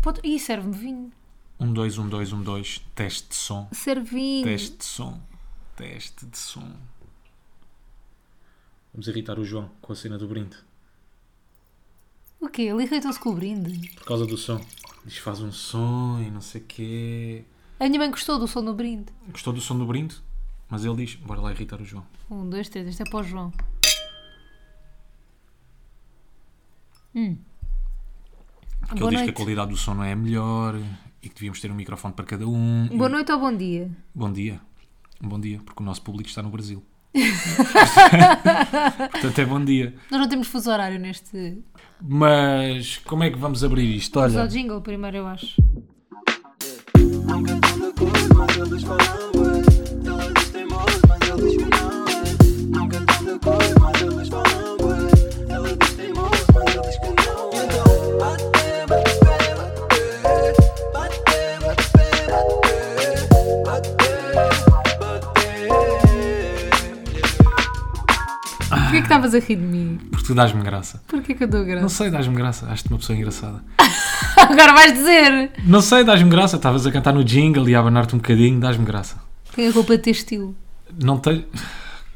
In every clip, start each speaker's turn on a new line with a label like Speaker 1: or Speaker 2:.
Speaker 1: Pode... E serve-me vinho.
Speaker 2: Um, dois, um, dois, um, dois. Teste de som.
Speaker 1: Serve vinho.
Speaker 2: Teste de som. Teste de som. Vamos irritar o João com a cena do brinde.
Speaker 1: O quê? Ele irritou-se com o brinde.
Speaker 2: Por causa do som. Diz faz um som e não sei o quê.
Speaker 1: A minha mãe gostou do som do brinde.
Speaker 2: Gostou do som do brinde? Mas ele diz, bora lá irritar o João.
Speaker 1: Um, dois, três. Este é para o João. Hum.
Speaker 2: Porque
Speaker 1: Hum. Boa
Speaker 2: ele diz que
Speaker 1: noite.
Speaker 2: a qualidade do som não é a melhor e que devíamos ter um microfone para cada um.
Speaker 1: Boa noite ou bom dia?
Speaker 2: Bom dia. Bom dia, porque o nosso público está no Brasil. Portanto, é bom dia.
Speaker 1: Nós não temos fuso horário neste.
Speaker 2: Mas como é que vamos abrir isto?
Speaker 1: Só
Speaker 2: Olha,
Speaker 1: o jingle primeiro, eu acho.
Speaker 3: Nunca tanta coisa, mas eles falam, ué. Ela diz teimoso, mas ele diz que não, é. Nunca tanta coisa, mas eles falam, ué. Ela diz teimoso, mas ele diz que não, é. Então, bate, bate, bate, bate, bate, bate, bate, bate, bate.
Speaker 1: Porquê que estavas a rir de mim?
Speaker 2: porque tu dás-me graça.
Speaker 1: Porquê que eu dou
Speaker 2: Não
Speaker 1: graça?
Speaker 2: sei, dás-me graça. Acho-te uma pessoa engraçada.
Speaker 1: Agora vais dizer!
Speaker 2: Não sei, dás-me graça. Estavas a cantar no jingle e a abanar-te um bocadinho, dás-me graça.
Speaker 1: Tem é a culpa de ter estilo.
Speaker 2: Não te...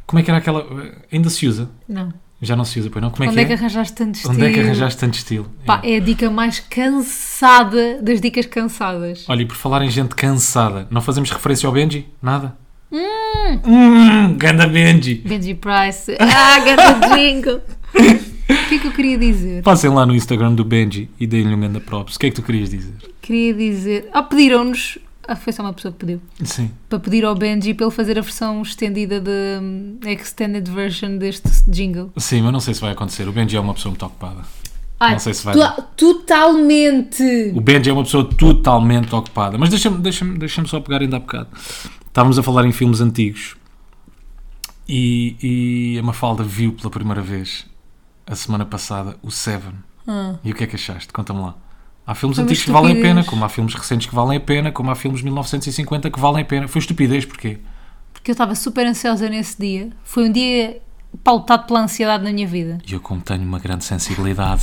Speaker 2: Como é que era aquela. Ainda se usa?
Speaker 1: Não.
Speaker 2: Já não se usa, pois não? Como é
Speaker 1: Onde é
Speaker 2: que
Speaker 1: que
Speaker 2: é?
Speaker 1: arranjaste tanto estilo?
Speaker 2: Onde é que arranjaste tanto estilo?
Speaker 1: Pá,
Speaker 2: É.
Speaker 1: é a dica mais cansada das dicas cansadas.
Speaker 2: É. Olha, e por falar em gente cansada, não fazemos referência ao Benji? Nada? Hum! ganda Benji!
Speaker 1: Benji Price. Ah, gata jingle. O que é que eu queria dizer?
Speaker 2: Passem lá no Instagram do Benji e deem-lhe um ganda props. O que é que tu querias dizer?
Speaker 1: Queria dizer. Ah, pediram-nos. Ah, foi só uma pessoa que pediu.
Speaker 2: Sim.
Speaker 1: Para pedir ao Benji para ele fazer a versão estendida de. hum, Extended version deste jingle.
Speaker 2: Sim, mas não sei se vai acontecer. O Benji é uma pessoa muito ocupada.
Speaker 1: Ai,
Speaker 2: Não sei se vai
Speaker 1: to-
Speaker 2: dar.
Speaker 1: Totalmente!
Speaker 2: O Benji é uma pessoa totalmente ocupada. Mas deixa-me deixa deixa só pegar ainda há bocado. Estávamos a falar em filmes antigos e, e a Mafalda viu pela primeira vez a semana passada o Seven. E o que é que achaste? Conta-me lá. Há filmes
Speaker 1: Foi uma
Speaker 2: antigos que valem a
Speaker 1: estupidez.
Speaker 2: pena, como há filmes recentes que valem a pena, como há filmes de 1950 que valem a pena. Foi estupidez, porquê?
Speaker 1: Porque eu estava super ansiosa nesse dia. Foi um dia pautado pela ansiedade na minha vida.
Speaker 2: E eu, como tenho uma grande sensibilidade.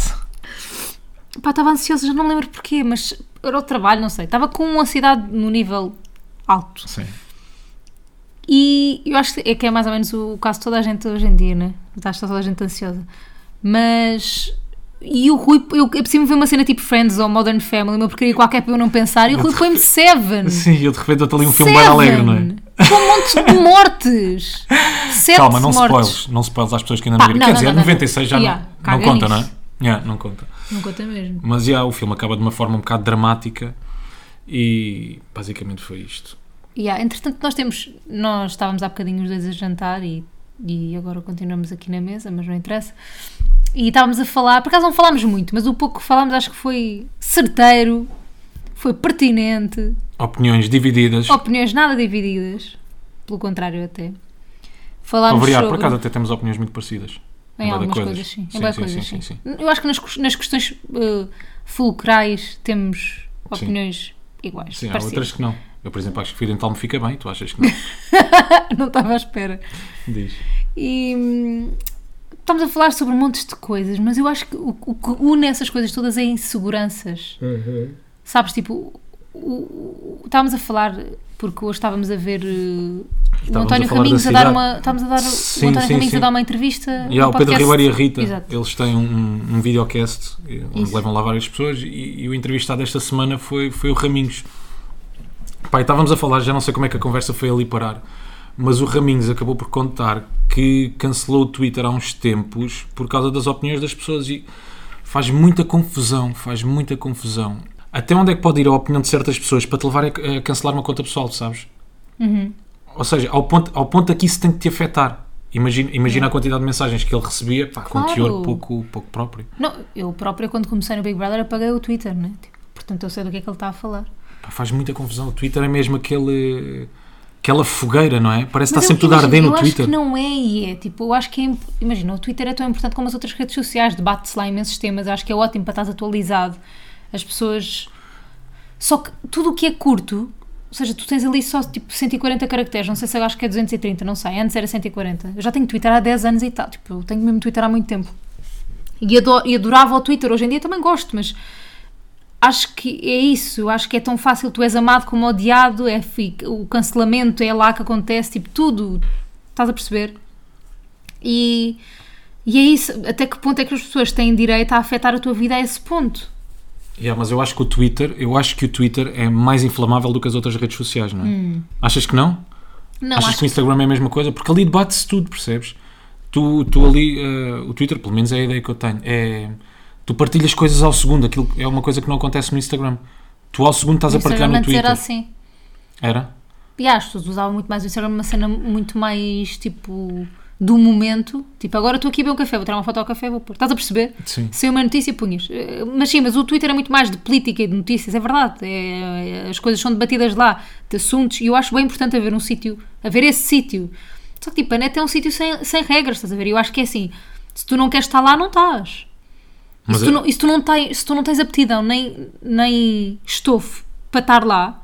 Speaker 1: Pá, estava ansiosa, já não lembro porquê, mas era o trabalho, não sei. Estava com ansiedade no nível alto.
Speaker 2: Sim.
Speaker 1: E eu acho que é que é mais ou menos o caso de toda a gente hoje em dia, né? Acho que está toda a gente ansiosa. Mas. E o Rui, eu é possível ver uma cena tipo Friends ou Modern Family, uma porcaria qualquer para eu não pensar, e o Rui põe-me Seven!
Speaker 2: Sim, eu de repente dou-te ali um filme bem alegre, não é?
Speaker 1: Com montes de mortes! Sete
Speaker 2: Calma, não
Speaker 1: mortes.
Speaker 2: spoils. Não spoils às pessoas que ainda
Speaker 1: É Pá,
Speaker 2: não viram.
Speaker 1: não, não,
Speaker 2: Quer dizer,
Speaker 1: não, não.
Speaker 2: 96 já
Speaker 1: Yeah,
Speaker 2: não, não
Speaker 1: caga
Speaker 2: conta, não é?
Speaker 1: nisso.
Speaker 2: Yeah, não conta.
Speaker 1: Não conta mesmo.
Speaker 2: Mas já, o filme acaba de uma forma um bocado dramática e basicamente foi isto.
Speaker 1: Yeah, entretanto, nós temos. Nós estávamos há bocadinho os dois a jantar e, e agora continuamos aqui na mesa, mas não interessa. E estávamos a falar, por acaso não falámos muito, mas o pouco que falámos acho que foi certeiro, foi pertinente,
Speaker 2: Opiniões divididas.
Speaker 1: opiniões nada divididas, pelo contrário até.
Speaker 2: Para
Speaker 1: Falámos
Speaker 2: variar, por
Speaker 1: sobre
Speaker 2: acaso até temos opiniões muito parecidas.
Speaker 1: em
Speaker 2: bué de
Speaker 1: algumas coisas, sim. Em bué de coisas, sim.
Speaker 2: sim.
Speaker 1: Eu acho que nas, ques- nas questões eh, fulcrais temos
Speaker 2: Sim.
Speaker 1: opiniões iguais.
Speaker 2: Sim, há
Speaker 1: parecidas.
Speaker 2: outras que não. Eu, por exemplo, acho que Firental me fica bem, tu achas que não?
Speaker 1: Não estava à espera.
Speaker 2: Diz.
Speaker 1: E hum, estamos a falar sobre montes de coisas, mas eu acho que o, o que une essas coisas todas é inseguranças. Sabes, tipo, o- o- estávamos a falar, porque hoje estávamos a ver uh, o
Speaker 2: Estávamos
Speaker 1: António
Speaker 2: a falar da
Speaker 1: Raminhos a dar
Speaker 2: cidade.
Speaker 1: uma. Estávamos a dar
Speaker 2: Sim,
Speaker 1: o António
Speaker 2: sim,
Speaker 1: Raminhos
Speaker 2: sim.
Speaker 1: a dar uma entrevista.
Speaker 2: E há
Speaker 1: num
Speaker 2: o Pedro
Speaker 1: um podcast.
Speaker 2: Ribeiro e a Rita,
Speaker 1: Exato.
Speaker 2: eles têm um, um videocast eh, onde
Speaker 1: Isso.
Speaker 2: levam lá várias pessoas e, e o entrevistado esta semana foi, foi o Raminhos. Pai, estávamos a falar, já não sei como é que a conversa foi ali parar, mas o Raminhos acabou por contar que cancelou o Twitter há uns tempos por causa das opiniões das pessoas e faz muita confusão, faz muita confusão. Até onde é que pode ir a opinião de certas pessoas para te levar a, a cancelar uma conta pessoal, sabes?
Speaker 1: Uhum.
Speaker 2: Ou seja, ao ponto, ao ponto a que isso tem que te afetar. Imagina, imagina a quantidade de mensagens que ele recebia pá, com
Speaker 1: Hum. Claro.
Speaker 2: teor pouco, pouco próprio.
Speaker 1: Não, eu própria, quando comecei no Big Brother, apaguei o Twitter, né? Tipo, portanto, eu sei do que é que ele está a falar.
Speaker 2: Pá, faz muita confusão. O Twitter é mesmo aquele, aquela fogueira, não é? Parece
Speaker 1: Mas
Speaker 2: que está
Speaker 1: eu-
Speaker 2: sempre tudo a
Speaker 1: imagina,
Speaker 2: arder no
Speaker 1: eu
Speaker 2: Twitter.
Speaker 1: acho que não é e é. Tipo, eu acho que é, imp- imagina, o Twitter é tão importante como as outras redes sociais, debate-se lá imensos temas, eu acho que é ótimo para estás atualizado. As pessoas. Só que tudo o que é curto, ou seja, tu tens ali só tipo 140 caracteres, não sei se eu acho que é 230, não sei, antes era 140. Eu já tenho Twitter há 10 anos e tal, tipo, eu tenho mesmo Twitter há muito tempo. E, ado- e adorava o Twitter, hoje em dia também gosto, mas acho que é isso, acho que é tão fácil, tu és amado como odiado, é, fi- o cancelamento é lá que acontece, tipo, tudo, estás a perceber? E, e é isso, até que ponto é que as pessoas têm direito a afetar a tua vida a esse ponto?
Speaker 2: Yeah, mas eu acho que o Twitter, eu acho que o Twitter é mais inflamável do que as outras redes sociais, não é?
Speaker 1: Hum.
Speaker 2: Achas que não?
Speaker 1: Não, Então
Speaker 2: Achas
Speaker 1: acho
Speaker 2: que o Instagram é a mesma coisa? Porque ali debate-se tudo, percebes? Tu, tu ali, eh, o Twitter, pelo menos é a ideia que eu tenho, é tu partilhas coisas ao segundo, aquilo é uma coisa que não acontece no Instagram. Tu ao segundo estás
Speaker 1: que
Speaker 2: a
Speaker 1: Instagram
Speaker 2: partilhar é no
Speaker 1: antes
Speaker 2: Twitter.
Speaker 1: era assim.
Speaker 2: Era?
Speaker 1: E ah, as pessoas usavam muito mais o Instagram, uma cena muito mais tipo do momento. Tipo, agora estou aqui a beber um café, vou tirar uma foto ao café, vou pôr. Estás a perceber?
Speaker 2: Sim.
Speaker 1: Saiu uma notícia, punhas. Eh, Mas sim, mas o Twitter é muito mais de política e de notícias, é verdade. É- as coisas são debatidas lá, de assuntos, e eu acho bem importante haver um sítio, haver esse sítio. Só que tipo, a net é um sítio sem, sem regras, estás a ver? E Eu acho que é assim, se tu não queres estar lá, não estás. E
Speaker 2: Mas
Speaker 1: se,
Speaker 2: é-
Speaker 1: tu não, e se tu não tens, se tu não tens aptidão nem, nem estofo para estar lá,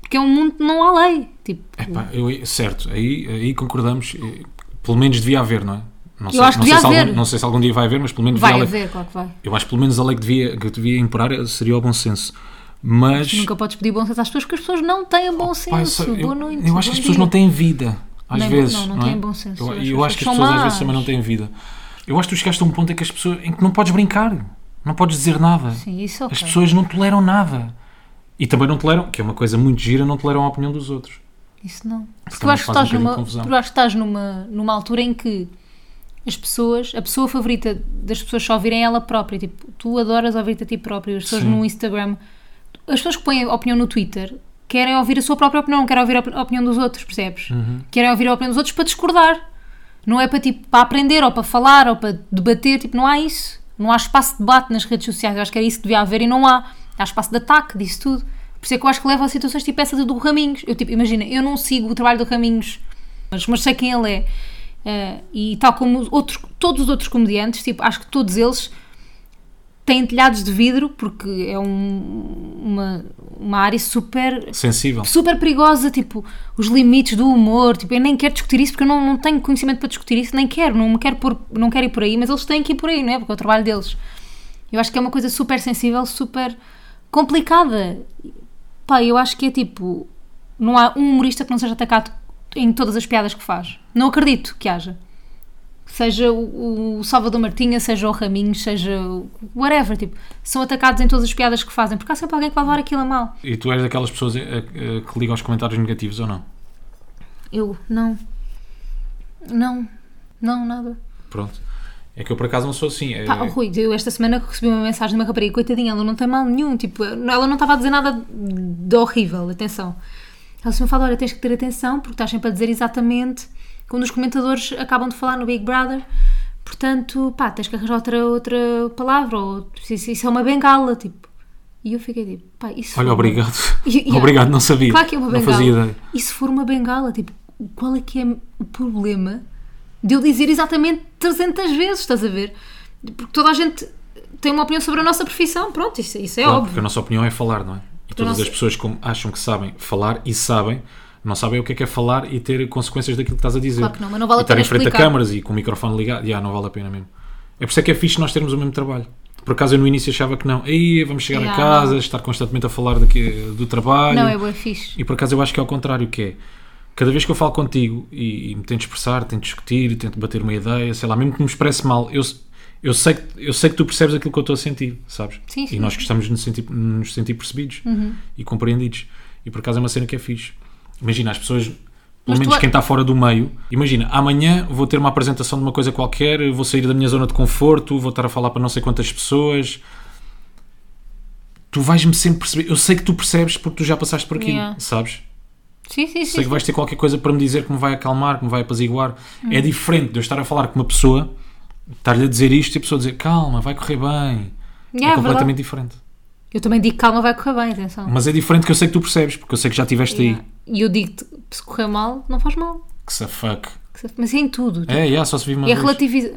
Speaker 1: porque é um mundo que não há lei. Tipo,
Speaker 2: Epá, eu- certo, aí, aí concordamos. eh, Pelo menos devia haver, não é? Não sei,
Speaker 1: acho que
Speaker 2: não
Speaker 1: devia
Speaker 2: sei se
Speaker 1: haver.
Speaker 2: algum, não sei se algum dia vai haver, mas é- pelo menos
Speaker 1: vai
Speaker 2: devia
Speaker 1: haver, claro que vai.
Speaker 2: Eu acho que pelo menos a lei que devia, que devia imperar seria o bom senso. Mas.
Speaker 1: Nunca podes pedir bom senso às pessoas porque as pessoas não têm bom
Speaker 2: pá, eu
Speaker 1: senso.
Speaker 2: só- eu,
Speaker 1: Boa noite.
Speaker 2: eu acho que
Speaker 1: bom
Speaker 2: as pessoas
Speaker 1: dia.
Speaker 2: não têm vida. Às
Speaker 1: Não,
Speaker 2: vezes.
Speaker 1: não, não
Speaker 2: é?
Speaker 1: têm bom senso.
Speaker 2: Eu,
Speaker 1: Eu
Speaker 2: eu
Speaker 1: acho
Speaker 2: acho que
Speaker 1: que são
Speaker 2: as pessoas às
Speaker 1: más.
Speaker 2: vezes também não têm vida. Eu acho que tu chegaste a um ponto em que as pessoas. em que não podes brincar. Não podes dizer nada.
Speaker 1: Sim, isso é ok.
Speaker 2: As pessoas não toleram nada. E também não toleram, que é uma coisa muito gira, não toleram a opinião dos outros.
Speaker 1: Isso não. Porque
Speaker 2: também
Speaker 1: eu acho que
Speaker 2: faz um
Speaker 1: estás,
Speaker 2: bocadinho
Speaker 1: numa,
Speaker 2: de confusão.
Speaker 1: porque eu acho que estás numa, numa altura em que as pessoas, a pessoa favorita das pessoas só ouvirem ela própria. Tipo, tu adoras ouvir-te a ti próprio. As pessoas
Speaker 2: Sim.
Speaker 1: no Instagram, as pessoas que põem opinião no Twitter querem ouvir a sua própria opinião, não querem ouvir a op- a opinião dos outros, percebes? Querem ouvir a opinião dos outros para discordar. Não é para, tipo, para aprender ou para falar ou para debater. Tipo, não há isso. Não há espaço de debate nas redes sociais. Eu acho que era isso que devia haver e não há. Há espaço de ataque disso tudo. Por isso é que eu acho que leva a situações tipo essa do- do Raminhos. Eu, tipo, imagina, eu não sigo o trabalho do Raminhos, mas, mas sei quem ele é. Ah, e tal como os outros, todos os outros comediantes, tipo, acho que todos eles têm telhados de vidro porque é um- uma, uma área super
Speaker 2: Sensível.
Speaker 1: super perigosa, tipo, os limites do humor, tipo, eu nem quero discutir isso porque eu não, não tenho conhecimento para discutir isso, nem quero, não me quero pôr, não quero ir por aí, mas eles têm que ir por aí, não é? Porque é o trabalho deles. Eu acho que é uma coisa super sensível, super complicada. Pá, eu acho que é tipo, não há um humorista que não seja atacado em todas as piadas que faz. Não acredito que haja. Seja o, o Salvador Martinha, seja o Raminhos, seja o whatever, tipo, são atacados em todas as piadas que fazem, porque há sempre alguém que vai levar aquilo a mal.
Speaker 2: E tu és daquelas pessoas eh, eh, que ligam aos comentários negativos ou não?
Speaker 1: Eu, não. Não. Não, nada.
Speaker 2: Pronto. É que eu por acaso não sou assim. É-
Speaker 1: Pá, oh, Rui, eu esta semana recebi uma mensagem de uma rapariga, coitadinha, ela não tem mal nenhum, tipo, ela não estava a dizer nada de horrível, atenção. Ela se me fala, olha, tens que ter atenção, porque estás sempre a dizer exatamente quando os comentadores acabam de falar no Big Brother, portanto, pá, tens que arranjar outra, outra palavra, ou isso, isso é uma bengala, tipo. E eu fiquei tipo, pá, isso
Speaker 2: Olha,
Speaker 1: foi-
Speaker 2: obrigado.
Speaker 1: E- e-
Speaker 2: Obrigado, não sabia.
Speaker 1: Claro que é uma
Speaker 2: Tipo, não
Speaker 1: bengala.
Speaker 2: fazia ideia.
Speaker 1: E se for uma bengala, tipo, qual é que é o problema de eu dizer exatamente 300 vezes, estás a ver? Porque toda a gente tem uma opinião sobre a nossa profissão, pronto, isso, isso é
Speaker 2: Claro, porque
Speaker 1: óbvio.
Speaker 2: a nossa opinião é falar, não é? E todas
Speaker 1: nossa-
Speaker 2: as pessoas como acham que sabem falar e sabem, não sabem o que é que é falar e ter consequências daquilo que estás a dizer.
Speaker 1: Claro que não, mas não vale
Speaker 2: e
Speaker 1: a
Speaker 2: estar
Speaker 1: pena
Speaker 2: em frente
Speaker 1: explicar.
Speaker 2: a câmaras e com o microfone ligado, já, não vale a pena mesmo. É por isso é que é fixe nós termos o mesmo trabalho. Por acaso eu no início achava que não. Aí vamos chegar
Speaker 1: Ya,
Speaker 2: a casa,
Speaker 1: não.
Speaker 2: estar constantemente a falar daqui- do trabalho.
Speaker 1: Não, é boa, fixe.
Speaker 2: E por acaso eu acho que é ao contrário, que é cada vez que eu falo contigo e, e me tento expressar, tento discutir, tento bater uma ideia, sei lá, mesmo que me expresse mal, eu, eu, sei, que, eu sei que tu percebes aquilo que eu estou a sentir, sabes?
Speaker 1: Sim, sim. Uhum.
Speaker 2: E nós gostamos de nos sentir, nos sentir percebidos e compreendidos. E por acaso é uma cena que é fixe. Imagina, as pessoas,
Speaker 1: Mas
Speaker 2: pelo
Speaker 1: tu
Speaker 2: menos
Speaker 1: a-
Speaker 2: quem está fora do meio, imagina, amanhã vou ter uma apresentação de uma coisa qualquer, vou sair da minha zona de conforto, vou estar a falar para não sei quantas pessoas. Tu vais-me sempre perceber. Eu sei que tu percebes porque tu já passaste por aquilo,
Speaker 1: Yeah.
Speaker 2: sabes?
Speaker 1: Sim, sim, sim.
Speaker 2: Sei que vais ter qualquer coisa para me dizer que me vai acalmar, que me vai apaziguar.
Speaker 1: Hum.
Speaker 2: É diferente de eu estar a falar com uma pessoa, estar-lhe a dizer isto e a pessoa dizer calma, vai correr bem.
Speaker 1: Yeah,
Speaker 2: é
Speaker 1: é
Speaker 2: completamente diferente.
Speaker 1: Eu também digo que calma, vai correr bem, atenção.
Speaker 2: Mas é diferente que eu sei que tu percebes, porque eu sei que já estiveste
Speaker 1: Yeah.
Speaker 2: aí.
Speaker 1: E eu digo-te, se correr mal, não faz mal.
Speaker 2: Que se fuck.
Speaker 1: Que se- Mas é em tudo. tipo,
Speaker 2: É, yeah, só se vive uma
Speaker 1: É,
Speaker 2: vez.
Speaker 1: relativizar.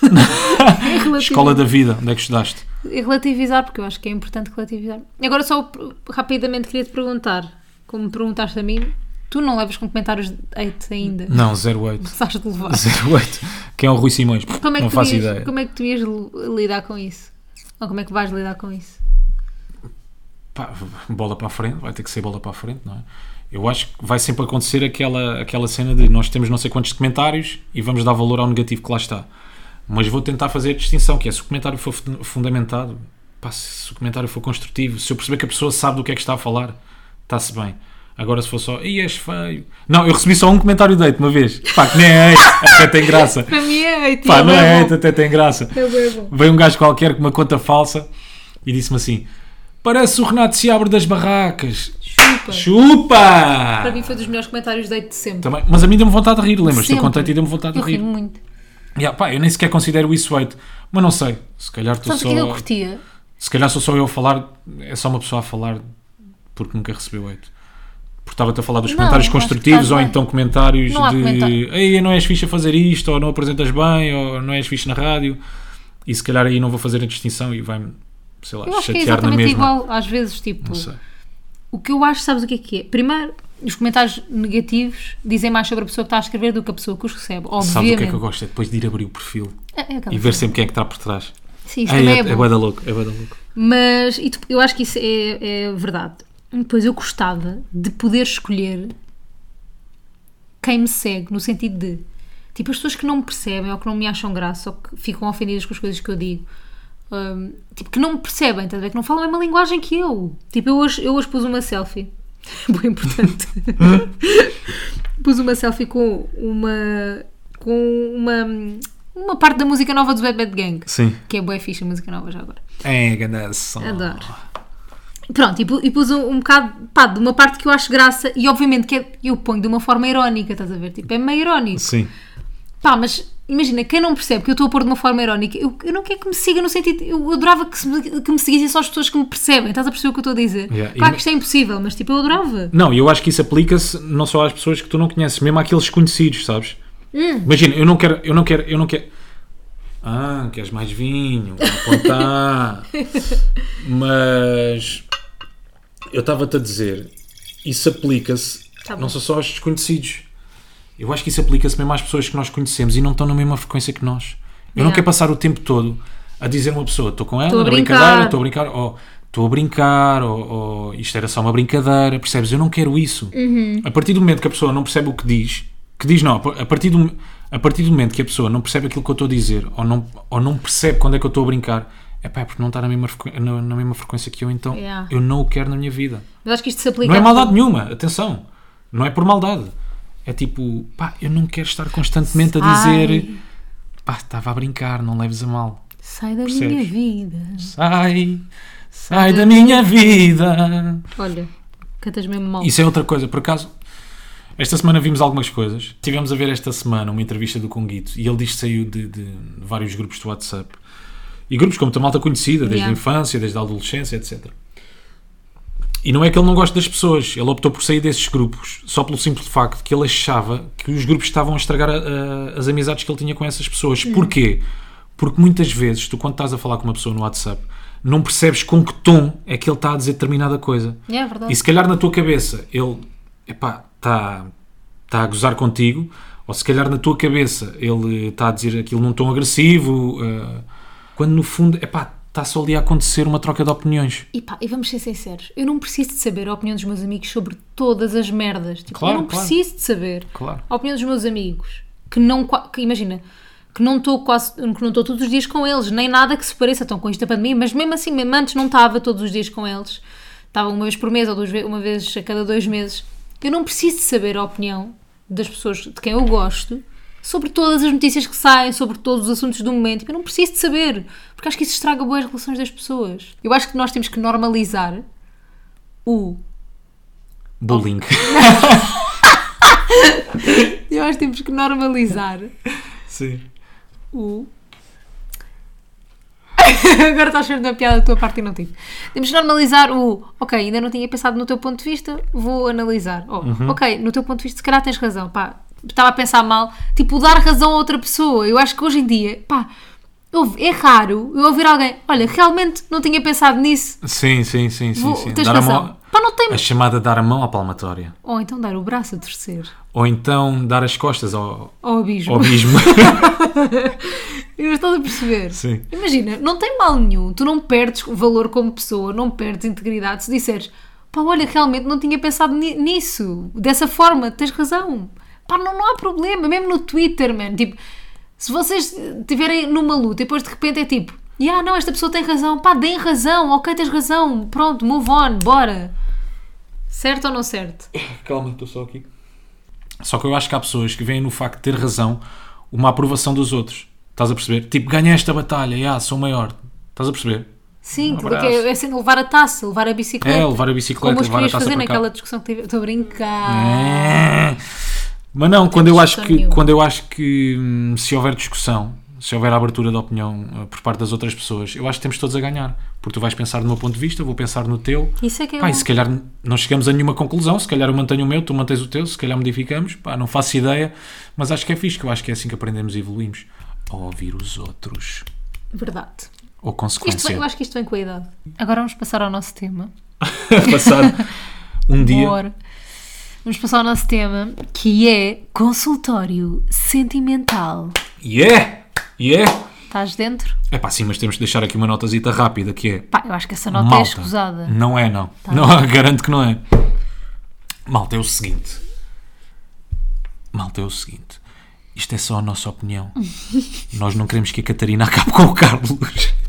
Speaker 1: é relativizar.
Speaker 2: Escola da vida, onde é que estudaste?
Speaker 1: E relativizar, porque eu acho que é importante relativizar. Agora só pr- rapidamente queria te perguntar, como me perguntaste a mim, tu não levas com comentários de hate ainda.
Speaker 2: Não, 08.
Speaker 1: Precisaste de levar.
Speaker 2: 08. Quem é o Rui Simões?
Speaker 1: Como é, que
Speaker 2: não
Speaker 1: tu
Speaker 2: faço
Speaker 1: ias,
Speaker 2: ideia.
Speaker 1: como é que tu ias li- lidar com isso? Ou como é que vais lidar com isso?
Speaker 2: pá, bola para a frente, vai ter que ser bola para a frente, não é? Eu acho que vai sempre acontecer aquela, aquela cena de nós temos não sei quantos comentários e vamos dar valor ao negativo que lá está. Mas vou tentar fazer a distinção, que é se o comentário for fun- fundamentado, pá, se o comentário for construtivo, se eu perceber que a pessoa sabe do que é que está a falar, está-se bem. Agora se for só, e és feio. Não, eu recebi só um comentário deito uma vez. Pá, que nem é, hate, até tem graça.
Speaker 1: Para mim é hate.
Speaker 2: Pá,
Speaker 1: é
Speaker 2: não
Speaker 1: bué
Speaker 2: é
Speaker 1: bom.
Speaker 2: hate, até tem graça.
Speaker 1: É bué bom.
Speaker 2: Veio um gajo qualquer com uma conta falsa e disse-me assim: Parece o Renato Seabra das Barracas.
Speaker 1: Chupa.
Speaker 2: Chupa!
Speaker 1: Para mim foi dos melhores comentários de hate de sempre.
Speaker 2: Também, mas a mim deu-me vontade de rir, lembras-te? Eu
Speaker 1: Sempre.
Speaker 2: contei e deu-me vontade de
Speaker 1: Eu ri
Speaker 2: rir.
Speaker 1: muito.
Speaker 2: Ya, pá, eu nem sequer considero isso hate, mas não sei. Se calhar tu
Speaker 1: Sabes o que é que eu
Speaker 2: só.
Speaker 1: curtia?
Speaker 2: Se calhar sou só eu a falar, é só uma pessoa a falar porque nunca recebeu hate. Porque estava-te a falar dos
Speaker 1: Não,
Speaker 2: comentários
Speaker 1: acho que
Speaker 2: construtivos
Speaker 1: estás
Speaker 2: ou
Speaker 1: bem.
Speaker 2: então comentários
Speaker 1: Não há
Speaker 2: de
Speaker 1: comentário.
Speaker 2: Ei, não és fixe a fazer isto, ou não apresentas bem, ou não és fixe na rádio. E se calhar aí não vou fazer a distinção e vai-me, sei lá,
Speaker 1: Eu acho que é
Speaker 2: chatear na
Speaker 1: exatamente
Speaker 2: mesma.
Speaker 1: igual, às vezes, tipo.
Speaker 2: Não sei.
Speaker 1: O que eu acho, sabes o que é que é? Primeiro, os comentários negativos dizem mais sobre a pessoa que está a escrever do que a pessoa que os recebe. Obviamente.
Speaker 2: Sabe o que é que eu gosto? É depois de ir abrir o perfil
Speaker 1: É, é aquela
Speaker 2: e
Speaker 1: cena.
Speaker 2: ver sempre quem é que está por trás.
Speaker 1: Sim, isto
Speaker 2: Ei,
Speaker 1: também
Speaker 2: é,
Speaker 1: é,
Speaker 2: é
Speaker 1: bom.
Speaker 2: bué da louco, é bué da louco.
Speaker 1: Mas e tu- eu acho que isso é, é verdade. E Depois eu gostava de poder escolher quem me segue, no sentido de tipo as pessoas que não me percebem ou que não me acham graça ou que ficam ofendidas com as coisas que eu digo. hum, tipo, que não me percebem, estás a ver? Que não falam a mesma linguagem que eu. Tipo, eu hoje, eu hoje pus uma selfie. Bem importante. pus uma selfie com uma. com uma. uma parte da música nova do Bad Bad Gang.
Speaker 2: Sim.
Speaker 1: Que é boa ficha a música nova já agora.
Speaker 2: É, gandação.
Speaker 1: Adoro. Pronto, e, pu- e pus um, um bocado, pá, de uma parte que eu acho graça, e obviamente que é- eu ponho de uma forma irónica, estás a ver? Tipo, é meio irónico.
Speaker 2: Sim.
Speaker 1: Pá, mas imagina, quem não percebe que eu estou a pôr de uma forma irónica, eu, eu não quero que me siga no sentido. Eu adorava que, se- que me seguissem só as pessoas que me percebem, estás a perceber o que eu estou a dizer?
Speaker 2: Yeah, e
Speaker 1: Claro
Speaker 2: me-
Speaker 1: que isto é impossível, mas tipo, eu adorava.
Speaker 2: Não, eu acho que isso aplica-se não só às pessoas que tu não conheces, mesmo àqueles conhecidos, sabes?
Speaker 1: Hum.
Speaker 2: Imagina, eu não quero, eu não quero, eu não quero. Ah, queres mais vinho? Vou Apontar. Mas eu estava-te a dizer, isso aplica-se
Speaker 1: Tá bom.
Speaker 2: não só só aos desconhecidos. Eu acho que isso aplica-se mesmo às pessoas que nós conhecemos e não estão na mesma frequência que nós. Eu não
Speaker 1: Yeah.
Speaker 2: quero passar o tempo todo a dizer a uma pessoa, estou com ela,
Speaker 1: Estou a
Speaker 2: na
Speaker 1: brincar.
Speaker 2: brincadeira, estou a brincar, ou estou a brincar, ou, ou isto era só uma brincadeira, percebes? Eu não quero isso. A partir do momento que a pessoa não percebe o que diz, que diz não, a partir do, a partir do momento que a pessoa não percebe aquilo que eu estou a dizer, ou não, ou não percebe quando é que eu estou a brincar, é pá, é porque não está na mesma, frequ- na, na mesma frequência que eu, então
Speaker 1: Yeah.
Speaker 2: eu não o quero na minha vida.
Speaker 1: Mas acho que isto se aplica.
Speaker 2: Não é
Speaker 1: a
Speaker 2: maldade
Speaker 1: tudo.
Speaker 2: nenhuma, atenção. Não é por maldade. É tipo, pá, eu não quero estar constantemente a dizer,
Speaker 1: Ai,
Speaker 2: pá, estava a brincar, não leves a mal.
Speaker 1: sai da
Speaker 2: Percebes?
Speaker 1: minha vida.
Speaker 2: Sai, sai da minha vida.
Speaker 1: Olha, cantas mesmo mal.
Speaker 2: Isso é outra coisa, por acaso. Esta semana vimos algumas coisas. Tivemos a ver esta semana uma entrevista do Conguito e ele diz que saiu de, de vários grupos do WhatsApp. E grupos como a malta conhecida, desde
Speaker 1: Yeah.
Speaker 2: a infância, desde a adolescência, etc. E não é que ele não gosta das pessoas, ele optou por sair desses grupos só pelo simples facto que ele achava que os grupos estavam a estragar a- a- as amizades que ele tinha com essas pessoas.
Speaker 1: Hum.
Speaker 2: Porquê? Porque muitas vezes, tu quando estás a falar com uma pessoa no WhatsApp, não percebes com que tom é que ele está a dizer determinada coisa.
Speaker 1: É verdade.
Speaker 2: E se calhar na tua cabeça ele está tá a gozar contigo, ou se calhar na tua cabeça ele está a dizer aquilo num tom agressivo, eh, quando no fundo está só ali a acontecer uma troca de opiniões.
Speaker 1: E pá, e vamos ser sinceros, eu não preciso de saber a opinião dos meus amigos sobre todas as merdas. Tipo,
Speaker 2: Claro,
Speaker 1: eu não
Speaker 2: claro.
Speaker 1: preciso de saber
Speaker 2: Claro.
Speaker 1: a opinião dos meus amigos, que não, qua- que imagina, que não estou quase, que não estou todos os dias com eles, nem nada que se pareça, estão com isto da pandemia, mas mesmo assim, mesmo antes não estava todos os dias com eles, estava uma vez por mês ou duas ve- uma vez a cada dois meses. Eu não preciso de saber a opinião das pessoas de quem eu gosto sobre todas as notícias que saem, sobre todos os assuntos do momento. Eu não preciso de saber, porque acho que isso estraga boas relações das pessoas. Eu acho que nós temos que normalizar o
Speaker 2: Bullying.
Speaker 1: Eu acho que temos que normalizar
Speaker 2: Sim.
Speaker 1: o. Tipo, Agora estás cheio da piada da tua parte e não tive. Temos que normalizar o. Ok, ainda não tinha pensado no teu ponto de vista, vou analisar. Oh,
Speaker 2: Uhum.
Speaker 1: Ok, no teu ponto de vista, se calhar tens razão. Pá, estava a pensar mal. Tipo, dar razão a outra pessoa. Eu acho que hoje em dia, pá, ouve- é raro eu ouvir alguém. Olha, realmente não tinha pensado nisso.
Speaker 2: Sim, sim, sim, sim.
Speaker 1: Vou,
Speaker 2: sim.
Speaker 1: tens
Speaker 2: Dar a,
Speaker 1: razão.
Speaker 2: mão,
Speaker 1: Pá, não tem.
Speaker 2: a chamada dar a mão à palmatória.
Speaker 1: Ou então dar o braço a torcer.
Speaker 2: Ou então dar as costas ao,
Speaker 1: Ao abismo.
Speaker 2: ao abismo.
Speaker 1: Eu estou a perceber.
Speaker 2: Sim.
Speaker 1: Imagina, não tem mal nenhum. Tu não perdes o valor como pessoa, não perdes integridade se disseres pá, olha, realmente não tinha pensado ni- nisso. Dessa forma, tens razão. Pá, não, não há problema. Mesmo no Twitter, man. Tipo, se vocês estiverem numa luta e depois de repente é tipo, ah, yeah, não, esta pessoa tem razão. Pá, deem razão. Ok, tens razão. Pronto, move on, bora. Certo ou não certo?
Speaker 2: Um Calma, estou só aqui. Só que eu acho que há pessoas que veem no facto de ter razão uma aprovação dos outros. Estás a perceber? Tipo, ganhei esta batalha, ah, sou maior. Estás a perceber?
Speaker 1: Sim,
Speaker 2: Um
Speaker 1: tudo o que
Speaker 2: abraço.
Speaker 1: é, é sempre levar a taça, levar a bicicleta.
Speaker 2: É, levar a bicicleta,
Speaker 1: Como os
Speaker 2: levar a
Speaker 1: querias
Speaker 2: taça
Speaker 1: fazer
Speaker 2: para cá.
Speaker 1: naquela discussão que tive. Estou a brincar.
Speaker 2: Ah. Mas não, quando eu,
Speaker 1: temos
Speaker 2: acho
Speaker 1: discussão
Speaker 2: que,
Speaker 1: nenhuma.
Speaker 2: quando eu acho que hum, se houver discussão, se houver abertura de opinião eh, por parte das outras pessoas, eu acho que temos todos a ganhar. Porque tu vais pensar no meu ponto de vista, eu vou pensar no teu.
Speaker 1: Isso é que é
Speaker 2: Pá, e
Speaker 1: bom.
Speaker 2: se calhar n- não chegamos a nenhuma conclusão, se calhar eu mantenho o meu, tu mantens o teu, se calhar modificamos, pá, não faço ideia, mas acho que é fixe, que eu acho que é assim que aprendemos e evoluímos. A ouvir os outros.
Speaker 1: Verdade.
Speaker 2: Ou
Speaker 1: Isto
Speaker 2: consequência.
Speaker 1: vem- eu acho que isto vem com a idade. Agora vamos passar ao nosso tema.
Speaker 2: Passar um dia.
Speaker 1: Bora. Vamos passar ao nosso tema, que é consultório sentimental.
Speaker 2: Yeah! Yeah!
Speaker 1: Estás dentro?
Speaker 2: É pá, sim, mas temos de deixar aqui uma notazita rápida que é.
Speaker 1: Pá, eu acho que essa nota é
Speaker 2: Malta,
Speaker 1: escusada. Tá.
Speaker 2: Não é, não. não. Garanto que não é. Malta, é o seguinte. Malta, é o seguinte. Isto é só a nossa opinião. Nós não queremos que a Catarina acabe com o Carlos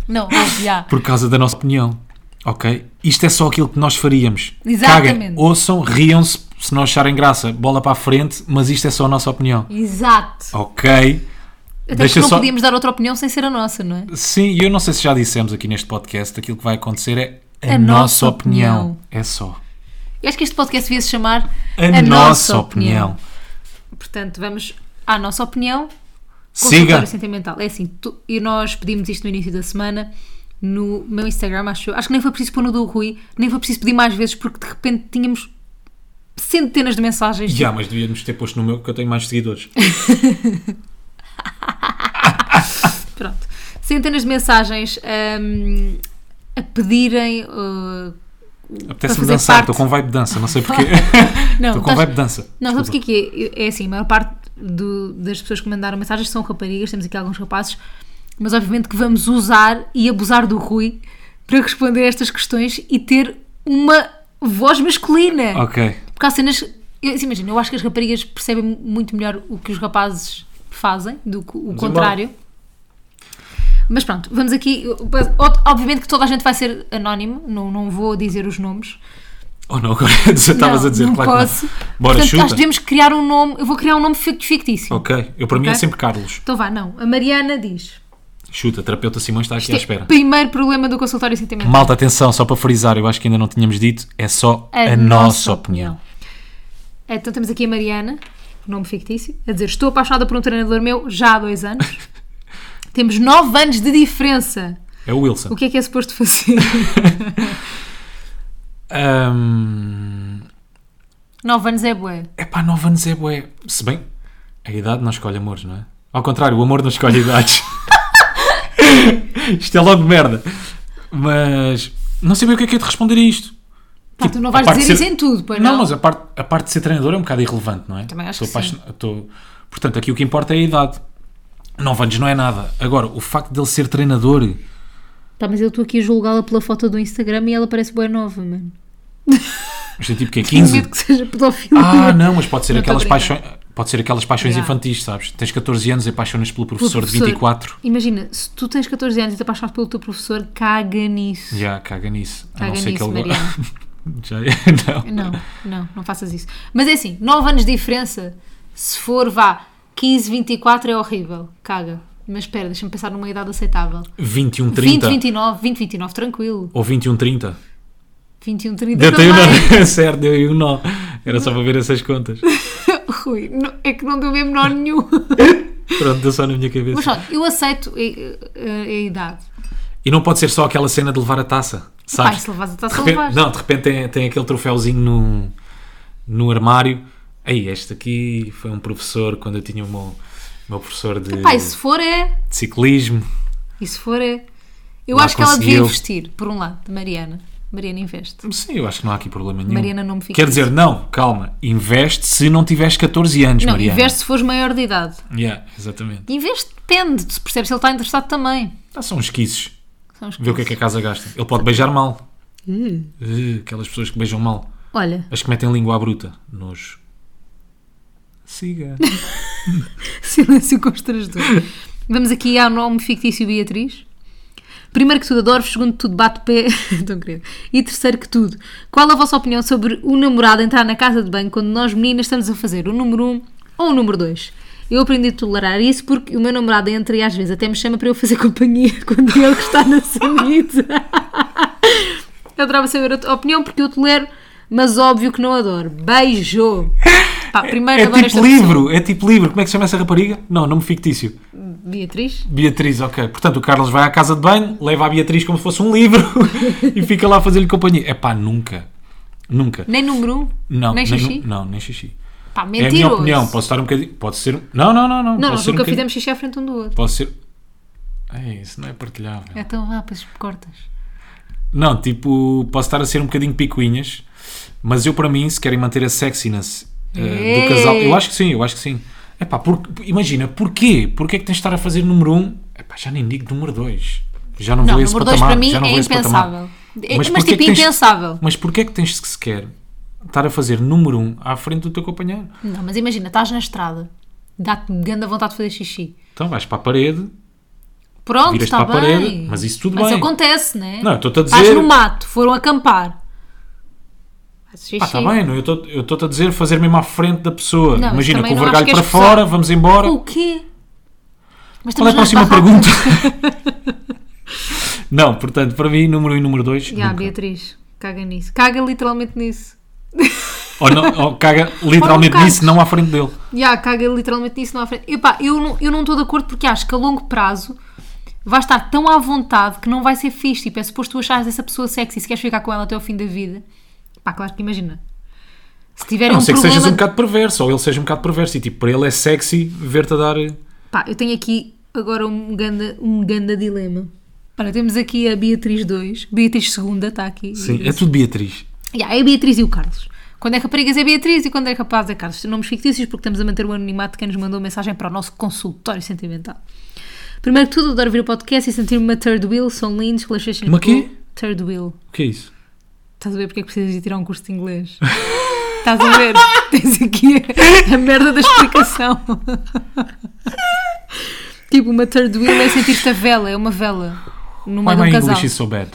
Speaker 1: Não, já.
Speaker 2: por causa da nossa opinião. Ok? Isto é só aquilo que nós faríamos.
Speaker 1: Exatamente.
Speaker 2: Caguem, ouçam, riam-se se não acharem graça. Bola para a frente, mas isto é só a nossa opinião.
Speaker 1: Exato.
Speaker 2: Ok?
Speaker 1: Até
Speaker 2: Ah, deixa
Speaker 1: porque não
Speaker 2: só-
Speaker 1: podíamos dar outra opinião sem ser a nossa, não é?
Speaker 2: Sim, e eu não sei se já dissemos aqui neste podcast, aquilo que vai acontecer é a,
Speaker 1: A
Speaker 2: nossa
Speaker 1: nossa
Speaker 2: opinião.
Speaker 1: opinião.
Speaker 2: É só.
Speaker 1: Eu acho que este podcast devia se chamar
Speaker 2: A, nossa, opinião.
Speaker 1: Portanto, vamos à nossa opinião.
Speaker 2: Siga.
Speaker 1: Consultório sentimental. É assim, tu- e nós pedimos isto no início da semana no meu Instagram, acho eu. Acho que nem foi preciso pôr no do Rui, nem foi preciso pedir mais vezes, porque de repente tínhamos centenas de mensagens.
Speaker 2: Já, mas devíamos ter posto no meu, que eu tenho mais seguidores.
Speaker 1: tipo, Pronto. Centenas de mensagens hum, a pedirem. uh,
Speaker 2: Apetece-me
Speaker 1: fazer
Speaker 2: dançar,
Speaker 1: parte.
Speaker 2: estou com vibe de dança, não sei porquê.
Speaker 1: não,
Speaker 2: Estou com
Speaker 1: estás-
Speaker 2: vibe de dança.
Speaker 1: Não, sabes o que
Speaker 2: Desculpa.
Speaker 1: é que é? É assim, a maior parte do- das pessoas que mandaram mensagens são raparigas, temos aqui alguns rapazes, mas obviamente que vamos usar e abusar do Rui para responder a estas questões e ter uma voz masculina.
Speaker 2: Ok.
Speaker 1: Porque há cenas. eu- assim, Imagina, eu acho que as raparigas percebem muito melhor o que os rapazes fazem do que o contrário. Mas pronto, vamos aqui. Obviamente que toda a gente vai ser anónimo, não, não vou dizer os nomes.
Speaker 2: Ou Oh, não, agora estavas
Speaker 1: Não,
Speaker 2: a dizer,
Speaker 1: não
Speaker 2: claro
Speaker 1: posso.
Speaker 2: que não. Bora,
Speaker 1: Portanto,
Speaker 2: chuta.
Speaker 1: acho que devemos criar um nome. Eu vou criar um nome fic- fictício.
Speaker 2: Ok, eu para mim é
Speaker 1: Ok.
Speaker 2: sempre Carlos.
Speaker 1: Então vá, não. A Mariana diz: é
Speaker 2: Chuta, terapeuta Simões está aqui à espera.
Speaker 1: primeiro problema do consultório sentimental.
Speaker 2: Malta, atenção, só para frisar, eu acho que ainda não tínhamos dito, é só a, nossa, opinião.
Speaker 1: É, Então temos aqui a Mariana, um nome fictício, a dizer: Estou apaixonada por um treinador meu já há dois anos. Temos nove anos de diferença.
Speaker 2: É o Wilson.
Speaker 1: O que é que é suposto fazer?
Speaker 2: Ahm,
Speaker 1: nove anos é bué.
Speaker 2: Epá, 9 anos é bué. Se bem, a idade não escolhe amores, não é? Ao contrário, o amor não escolhe idades. isto é logo merda. Mas não sei bem o que é que é de responder a isto.
Speaker 1: Pá, tu não
Speaker 2: a
Speaker 1: vais
Speaker 2: parte
Speaker 1: dizer
Speaker 2: de
Speaker 1: isso
Speaker 2: ser-
Speaker 1: em tudo, pois não?
Speaker 2: Tipo, Não, mas a parte, a parte de ser treinador é um bocado irrelevante, não é?
Speaker 1: Também acho
Speaker 2: Estou
Speaker 1: que sim.
Speaker 2: apaixon- estou- Portanto, aqui o que importa é a idade. 9 anos não é nada. Agora, o facto dele ser treinador.
Speaker 1: Pá, mas eu estou aqui a julgá-la pela foto do Instagram e ela parece bué nova, mano.
Speaker 2: Isto é tipo que é
Speaker 1: Tenho
Speaker 2: 15?
Speaker 1: medo que seja pedofilia.
Speaker 2: Ah, não, mas pode ser
Speaker 1: Não, tô a
Speaker 2: aquelas
Speaker 1: brincar.
Speaker 2: paixões. Pode ser aquelas paixões
Speaker 1: Ya.
Speaker 2: infantis, sabes? Tens 14 anos e apaixonas pelo professor,
Speaker 1: professor.
Speaker 2: de 24.
Speaker 1: Imagina, se tu tens 14 anos e te apaixonas pelo teu professor, caga nisso.
Speaker 2: Já, caga nisso. A
Speaker 1: Caga
Speaker 2: não ser que
Speaker 1: nisso,
Speaker 2: ele go-
Speaker 1: Mariana.
Speaker 2: Já é, não.
Speaker 1: Não, não, não faças isso. Mas é assim, 9 anos de diferença, se for, vá, 15, 24 é horrível, caga. Mas espera, deixa-me pensar numa idade aceitável.
Speaker 2: 21,
Speaker 1: 20,
Speaker 2: 30.
Speaker 1: 29, 20, 29, tranquilo.
Speaker 2: um Ou 21, 30.
Speaker 1: 21, 30
Speaker 2: Deu
Speaker 1: também.
Speaker 2: um nó. certo, deu aí um nó. Era só para ver essas contas.
Speaker 1: Rui, não- é que não deu mesmo nó nenhum.
Speaker 2: Pronto, deu só na minha cabeça.
Speaker 1: Mas só, eu aceito a, a- a idade.
Speaker 2: E não pode ser só aquela cena de levar a taça, sabes?
Speaker 1: Pai, se levas a taça,
Speaker 2: De repente-
Speaker 1: levas.
Speaker 2: Tá. não, de repente tem, tem aquele troféuzinho no, no armário. Aí, este aqui foi um professor quando eu tinha o meu, o meu professor de,
Speaker 1: Pai, se for é,
Speaker 2: de ciclismo.
Speaker 1: e se for é. Eu
Speaker 2: Lá
Speaker 1: acho que ela devia
Speaker 2: conseguiu.
Speaker 1: investir, por um lado, da Mariana. Mariana investe.
Speaker 2: Sim, eu acho que não há aqui problema nenhum.
Speaker 1: Mariana, não me fiques
Speaker 2: Quer dizer, não, calma, investe se não tiveres 14 anos,
Speaker 1: Não,
Speaker 2: Mariana.
Speaker 1: investe se fores maior de idade.
Speaker 2: Yeah, exatamente.
Speaker 1: Investe depende, se percebes se ele está interessado também.
Speaker 2: Ah, são esquices.
Speaker 1: São os
Speaker 2: Vê o que é que a casa gasta. Ele pode beijar mal.
Speaker 1: Hum.
Speaker 2: Uh, aquelas pessoas que beijam mal.
Speaker 1: Olha,
Speaker 2: As que metem língua à bruta. Nojo. Siga.
Speaker 1: silêncio constrangedor. Vamos aqui ao nome fictício Beatriz. Primeiro que tudo, adoro segundo que tudo, bato pé. Tão querido. E terceiro que tudo, qual a vossa opinião sobre o namorado entrar na casa de banho quando nós meninas estamos a fazer o número 1 um ou o número 2? Eu aprendi a tolerar isso porque o meu namorado entra e às vezes até me chama para eu fazer companhia quando ele está na sanita. Eu adorava saber a tua opinião porque eu tolero, mas óbvio que não adoro. Beijo! Pá, primeiro
Speaker 2: é
Speaker 1: adoro
Speaker 2: tipo
Speaker 1: esta
Speaker 2: livro, é tipo livro. Como é que se chama essa rapariga? Não, nome fictício.
Speaker 1: pessoa. Beatriz?
Speaker 2: Beatriz, ok. Portanto, o Carlos vai à casa de banho, leva a Beatriz como se fosse um livro e fica lá a fazer-lhe companhia. É pá, nunca. Nunca.
Speaker 1: Nem número 1?
Speaker 2: Não,
Speaker 1: Nem xixi?
Speaker 2: Não, nem xixi.
Speaker 1: Pá,
Speaker 2: É a
Speaker 1: mentiroso.
Speaker 2: minha opinião. Posso estar um bocadinho. Pode ser. Não, não, não. Não,
Speaker 1: Não,
Speaker 2: Posso
Speaker 1: nós
Speaker 2: ser um
Speaker 1: nunca
Speaker 2: bocadinho-
Speaker 1: fizemos xixi à frente um do outro.
Speaker 2: Pode ser. É, isso não é partilhável.
Speaker 1: Então, ah, pois cortas.
Speaker 2: Não, tipo, posso estar a ser um bocadinho picuinhas, mas eu, para mim, se querem manter a sexiness eh,
Speaker 1: Ei!
Speaker 2: do casal, eu acho que sim, eu acho que sim. Epá, porque- imagina, porquê? Porquê é que tens de estar a fazer número 1? Um? Epá, já nem digo número 2. Já não,
Speaker 1: Não,
Speaker 2: vou a esse
Speaker 1: número dois
Speaker 2: patamar.
Speaker 1: para mim
Speaker 2: já não
Speaker 1: é
Speaker 2: vou a esse patamar.
Speaker 1: impensável. É- Mas,
Speaker 2: porquê
Speaker 1: tipo,
Speaker 2: que tens-
Speaker 1: impensável.
Speaker 2: Mas porquê é que tens que sequer estar a fazer número 1 um à frente do teu companheiro?
Speaker 1: Não, mas imagina, estás na estrada, dá-te grande vontade de fazer xixi.
Speaker 2: Então vais para a parede.
Speaker 1: Pronto,
Speaker 2: Viras
Speaker 1: está
Speaker 2: para a
Speaker 1: bem.
Speaker 2: parede, mas isso tudo
Speaker 1: Mas
Speaker 2: bem.
Speaker 1: acontece, né?
Speaker 2: Não, eu estou-te a
Speaker 1: Estás
Speaker 2: dizer-
Speaker 1: no mato, foram acampar. Fazes xixi.
Speaker 2: Pá, está bem, não? é? eu estou- eu estou-te a dizer fazer mesmo à frente da pessoa.
Speaker 1: Não,
Speaker 2: Imagina,
Speaker 1: também
Speaker 2: com o
Speaker 1: não acho
Speaker 2: vergalho
Speaker 1: que
Speaker 2: para
Speaker 1: és pessoa.
Speaker 2: fora, vamos embora.
Speaker 1: O quê? Mas
Speaker 2: Qual é a
Speaker 1: estamos
Speaker 2: próxima
Speaker 1: nas barracas.
Speaker 2: pergunta? não, portanto, para mim, número 1 um e número 2.
Speaker 1: Já, Beatriz, caga nisso. Caga literalmente nisso.
Speaker 2: Ou, não, ou caga literalmente
Speaker 1: cagues.
Speaker 2: nisso, não à frente dele.
Speaker 1: Ya, caga literalmente nisso, não há frente. Epá, eu não eu não estou de acordo porque acho que a longo prazo vai estar tão à vontade que não vai ser fixe. Tipo, é suposto tu achares essa pessoa sexy e se queres ficar com ela até ao fim da vida. Pá, claro que imagina. Se
Speaker 2: A
Speaker 1: tiverem
Speaker 2: não
Speaker 1: um
Speaker 2: ser que
Speaker 1: problema...
Speaker 2: sejas um bocado perverso, ou ele seja um bocado perverso. E tipo, para ele é sexy ver-te a dar. eh,
Speaker 1: Pá, eu tenho aqui agora um ganda, um ganda dilema. Olha, temos aqui a Beatriz 2. Beatriz segunda está aqui.
Speaker 2: Sim, é tudo Beatriz.
Speaker 1: Ya, é a Beatriz e o Carlos. Quando é raparigas é Beatriz e quando é rapaz é Carlos. Nomes fictícios porque estamos a manter o anonimato de quem nos mandou mensagem para o nosso consultório sentimental. Primeiro que tudo, adoro ouvir o podcast e sentir-me uma third wheel. São lindos, relaxations.
Speaker 2: Uma quê?
Speaker 1: cool. Third wheel.
Speaker 2: O que é isso?
Speaker 1: Estás a ver porque é que precisas de tirar um curso de inglês? Estás a ver? Tens aqui a, a merda da explicação. tipo, uma third wheel é sentir-te a vela, é uma vela. No
Speaker 2: Why
Speaker 1: meio de
Speaker 2: my
Speaker 1: um casal.
Speaker 2: English is so bad?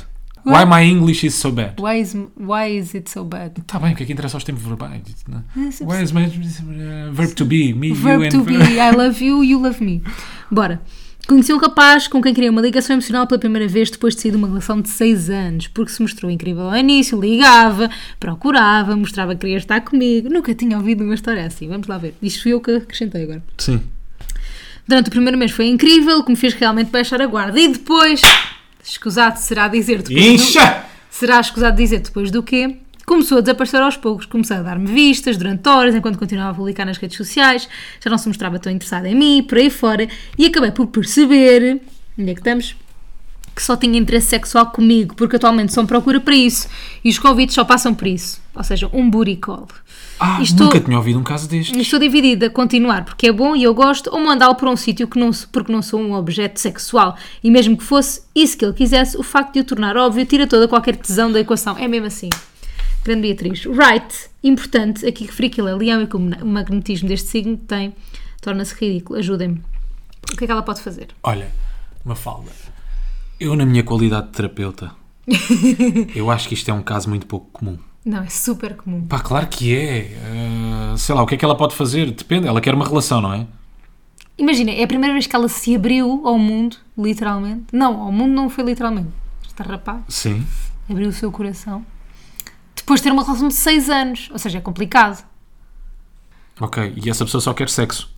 Speaker 2: Why my English is so bad?
Speaker 1: Why is, why is it so bad?
Speaker 2: Está bem, o que é que interessa aos tempos verbais? né?
Speaker 1: É, sim,
Speaker 2: Why is my eh, verb to be? Me, you
Speaker 1: Verb
Speaker 2: and
Speaker 1: to be, I love you, you love me. Bora. Conheci um rapaz com quem criei uma ligação emocional pela primeira vez depois de sair de uma relação de 6 anos, porque se mostrou incrível ao início, ligava, procurava, mostrava que queria estar comigo. Nunca tinha ouvido uma história assim, vamos lá ver. Isto fui eu que acrescentei agora.
Speaker 2: Sim.
Speaker 1: Durante o primeiro mês foi incrível, que me fez realmente baixar a guarda. E depois, escusado será dizer depois do-
Speaker 2: Incha!
Speaker 1: Será escusado dizer depois do quê? Começou a desaparecer aos poucos, começou a dar-me vistas durante horas, enquanto continuava a publicar nas redes sociais, já não se mostrava tão interessada em mim, por aí fora, e acabei por perceber, onde é que estamos? Que só tinha interesse sexual comigo, porque atualmente são procura para isso, e os convites só passam por isso, ou seja, um buricolo.
Speaker 2: Ah,
Speaker 1: Isto-
Speaker 2: nunca tinha ouvido um caso deste.
Speaker 1: E Estou dividida, continuar porque é bom e eu gosto, ou mandá-lo para um sítio que não, se- porque não sou um objeto sexual. E mesmo que fosse isso que ele quisesse, o facto de o tornar óbvio tira toda qualquer tesão da equação. É mesmo assim. Grande Beatriz. Right, importante, aqui referir que ele é leão e que o ma- o magnetismo deste signo tem, torna-se ridículo. Ajudem-me. O que é que ela pode fazer?
Speaker 2: Olha, uma falda. Eu, na minha qualidade de terapeuta, eu acho que isto é um caso muito pouco comum.
Speaker 1: Não, é super comum.
Speaker 2: Pá, claro que é. Ah, sei lá, o que é que ela pode fazer? Depende, ela quer uma relação, não é?
Speaker 1: Imagina, é a primeira vez que ela se abriu ao mundo, literalmente. Não, ao mundo não foi literalmente. Está rapaz.
Speaker 2: Sim.
Speaker 1: abrir o seu coração depois de ter uma relação de 6 anos. Ou seja, é complicado.
Speaker 2: Ok, e essa pessoa só quer sexo.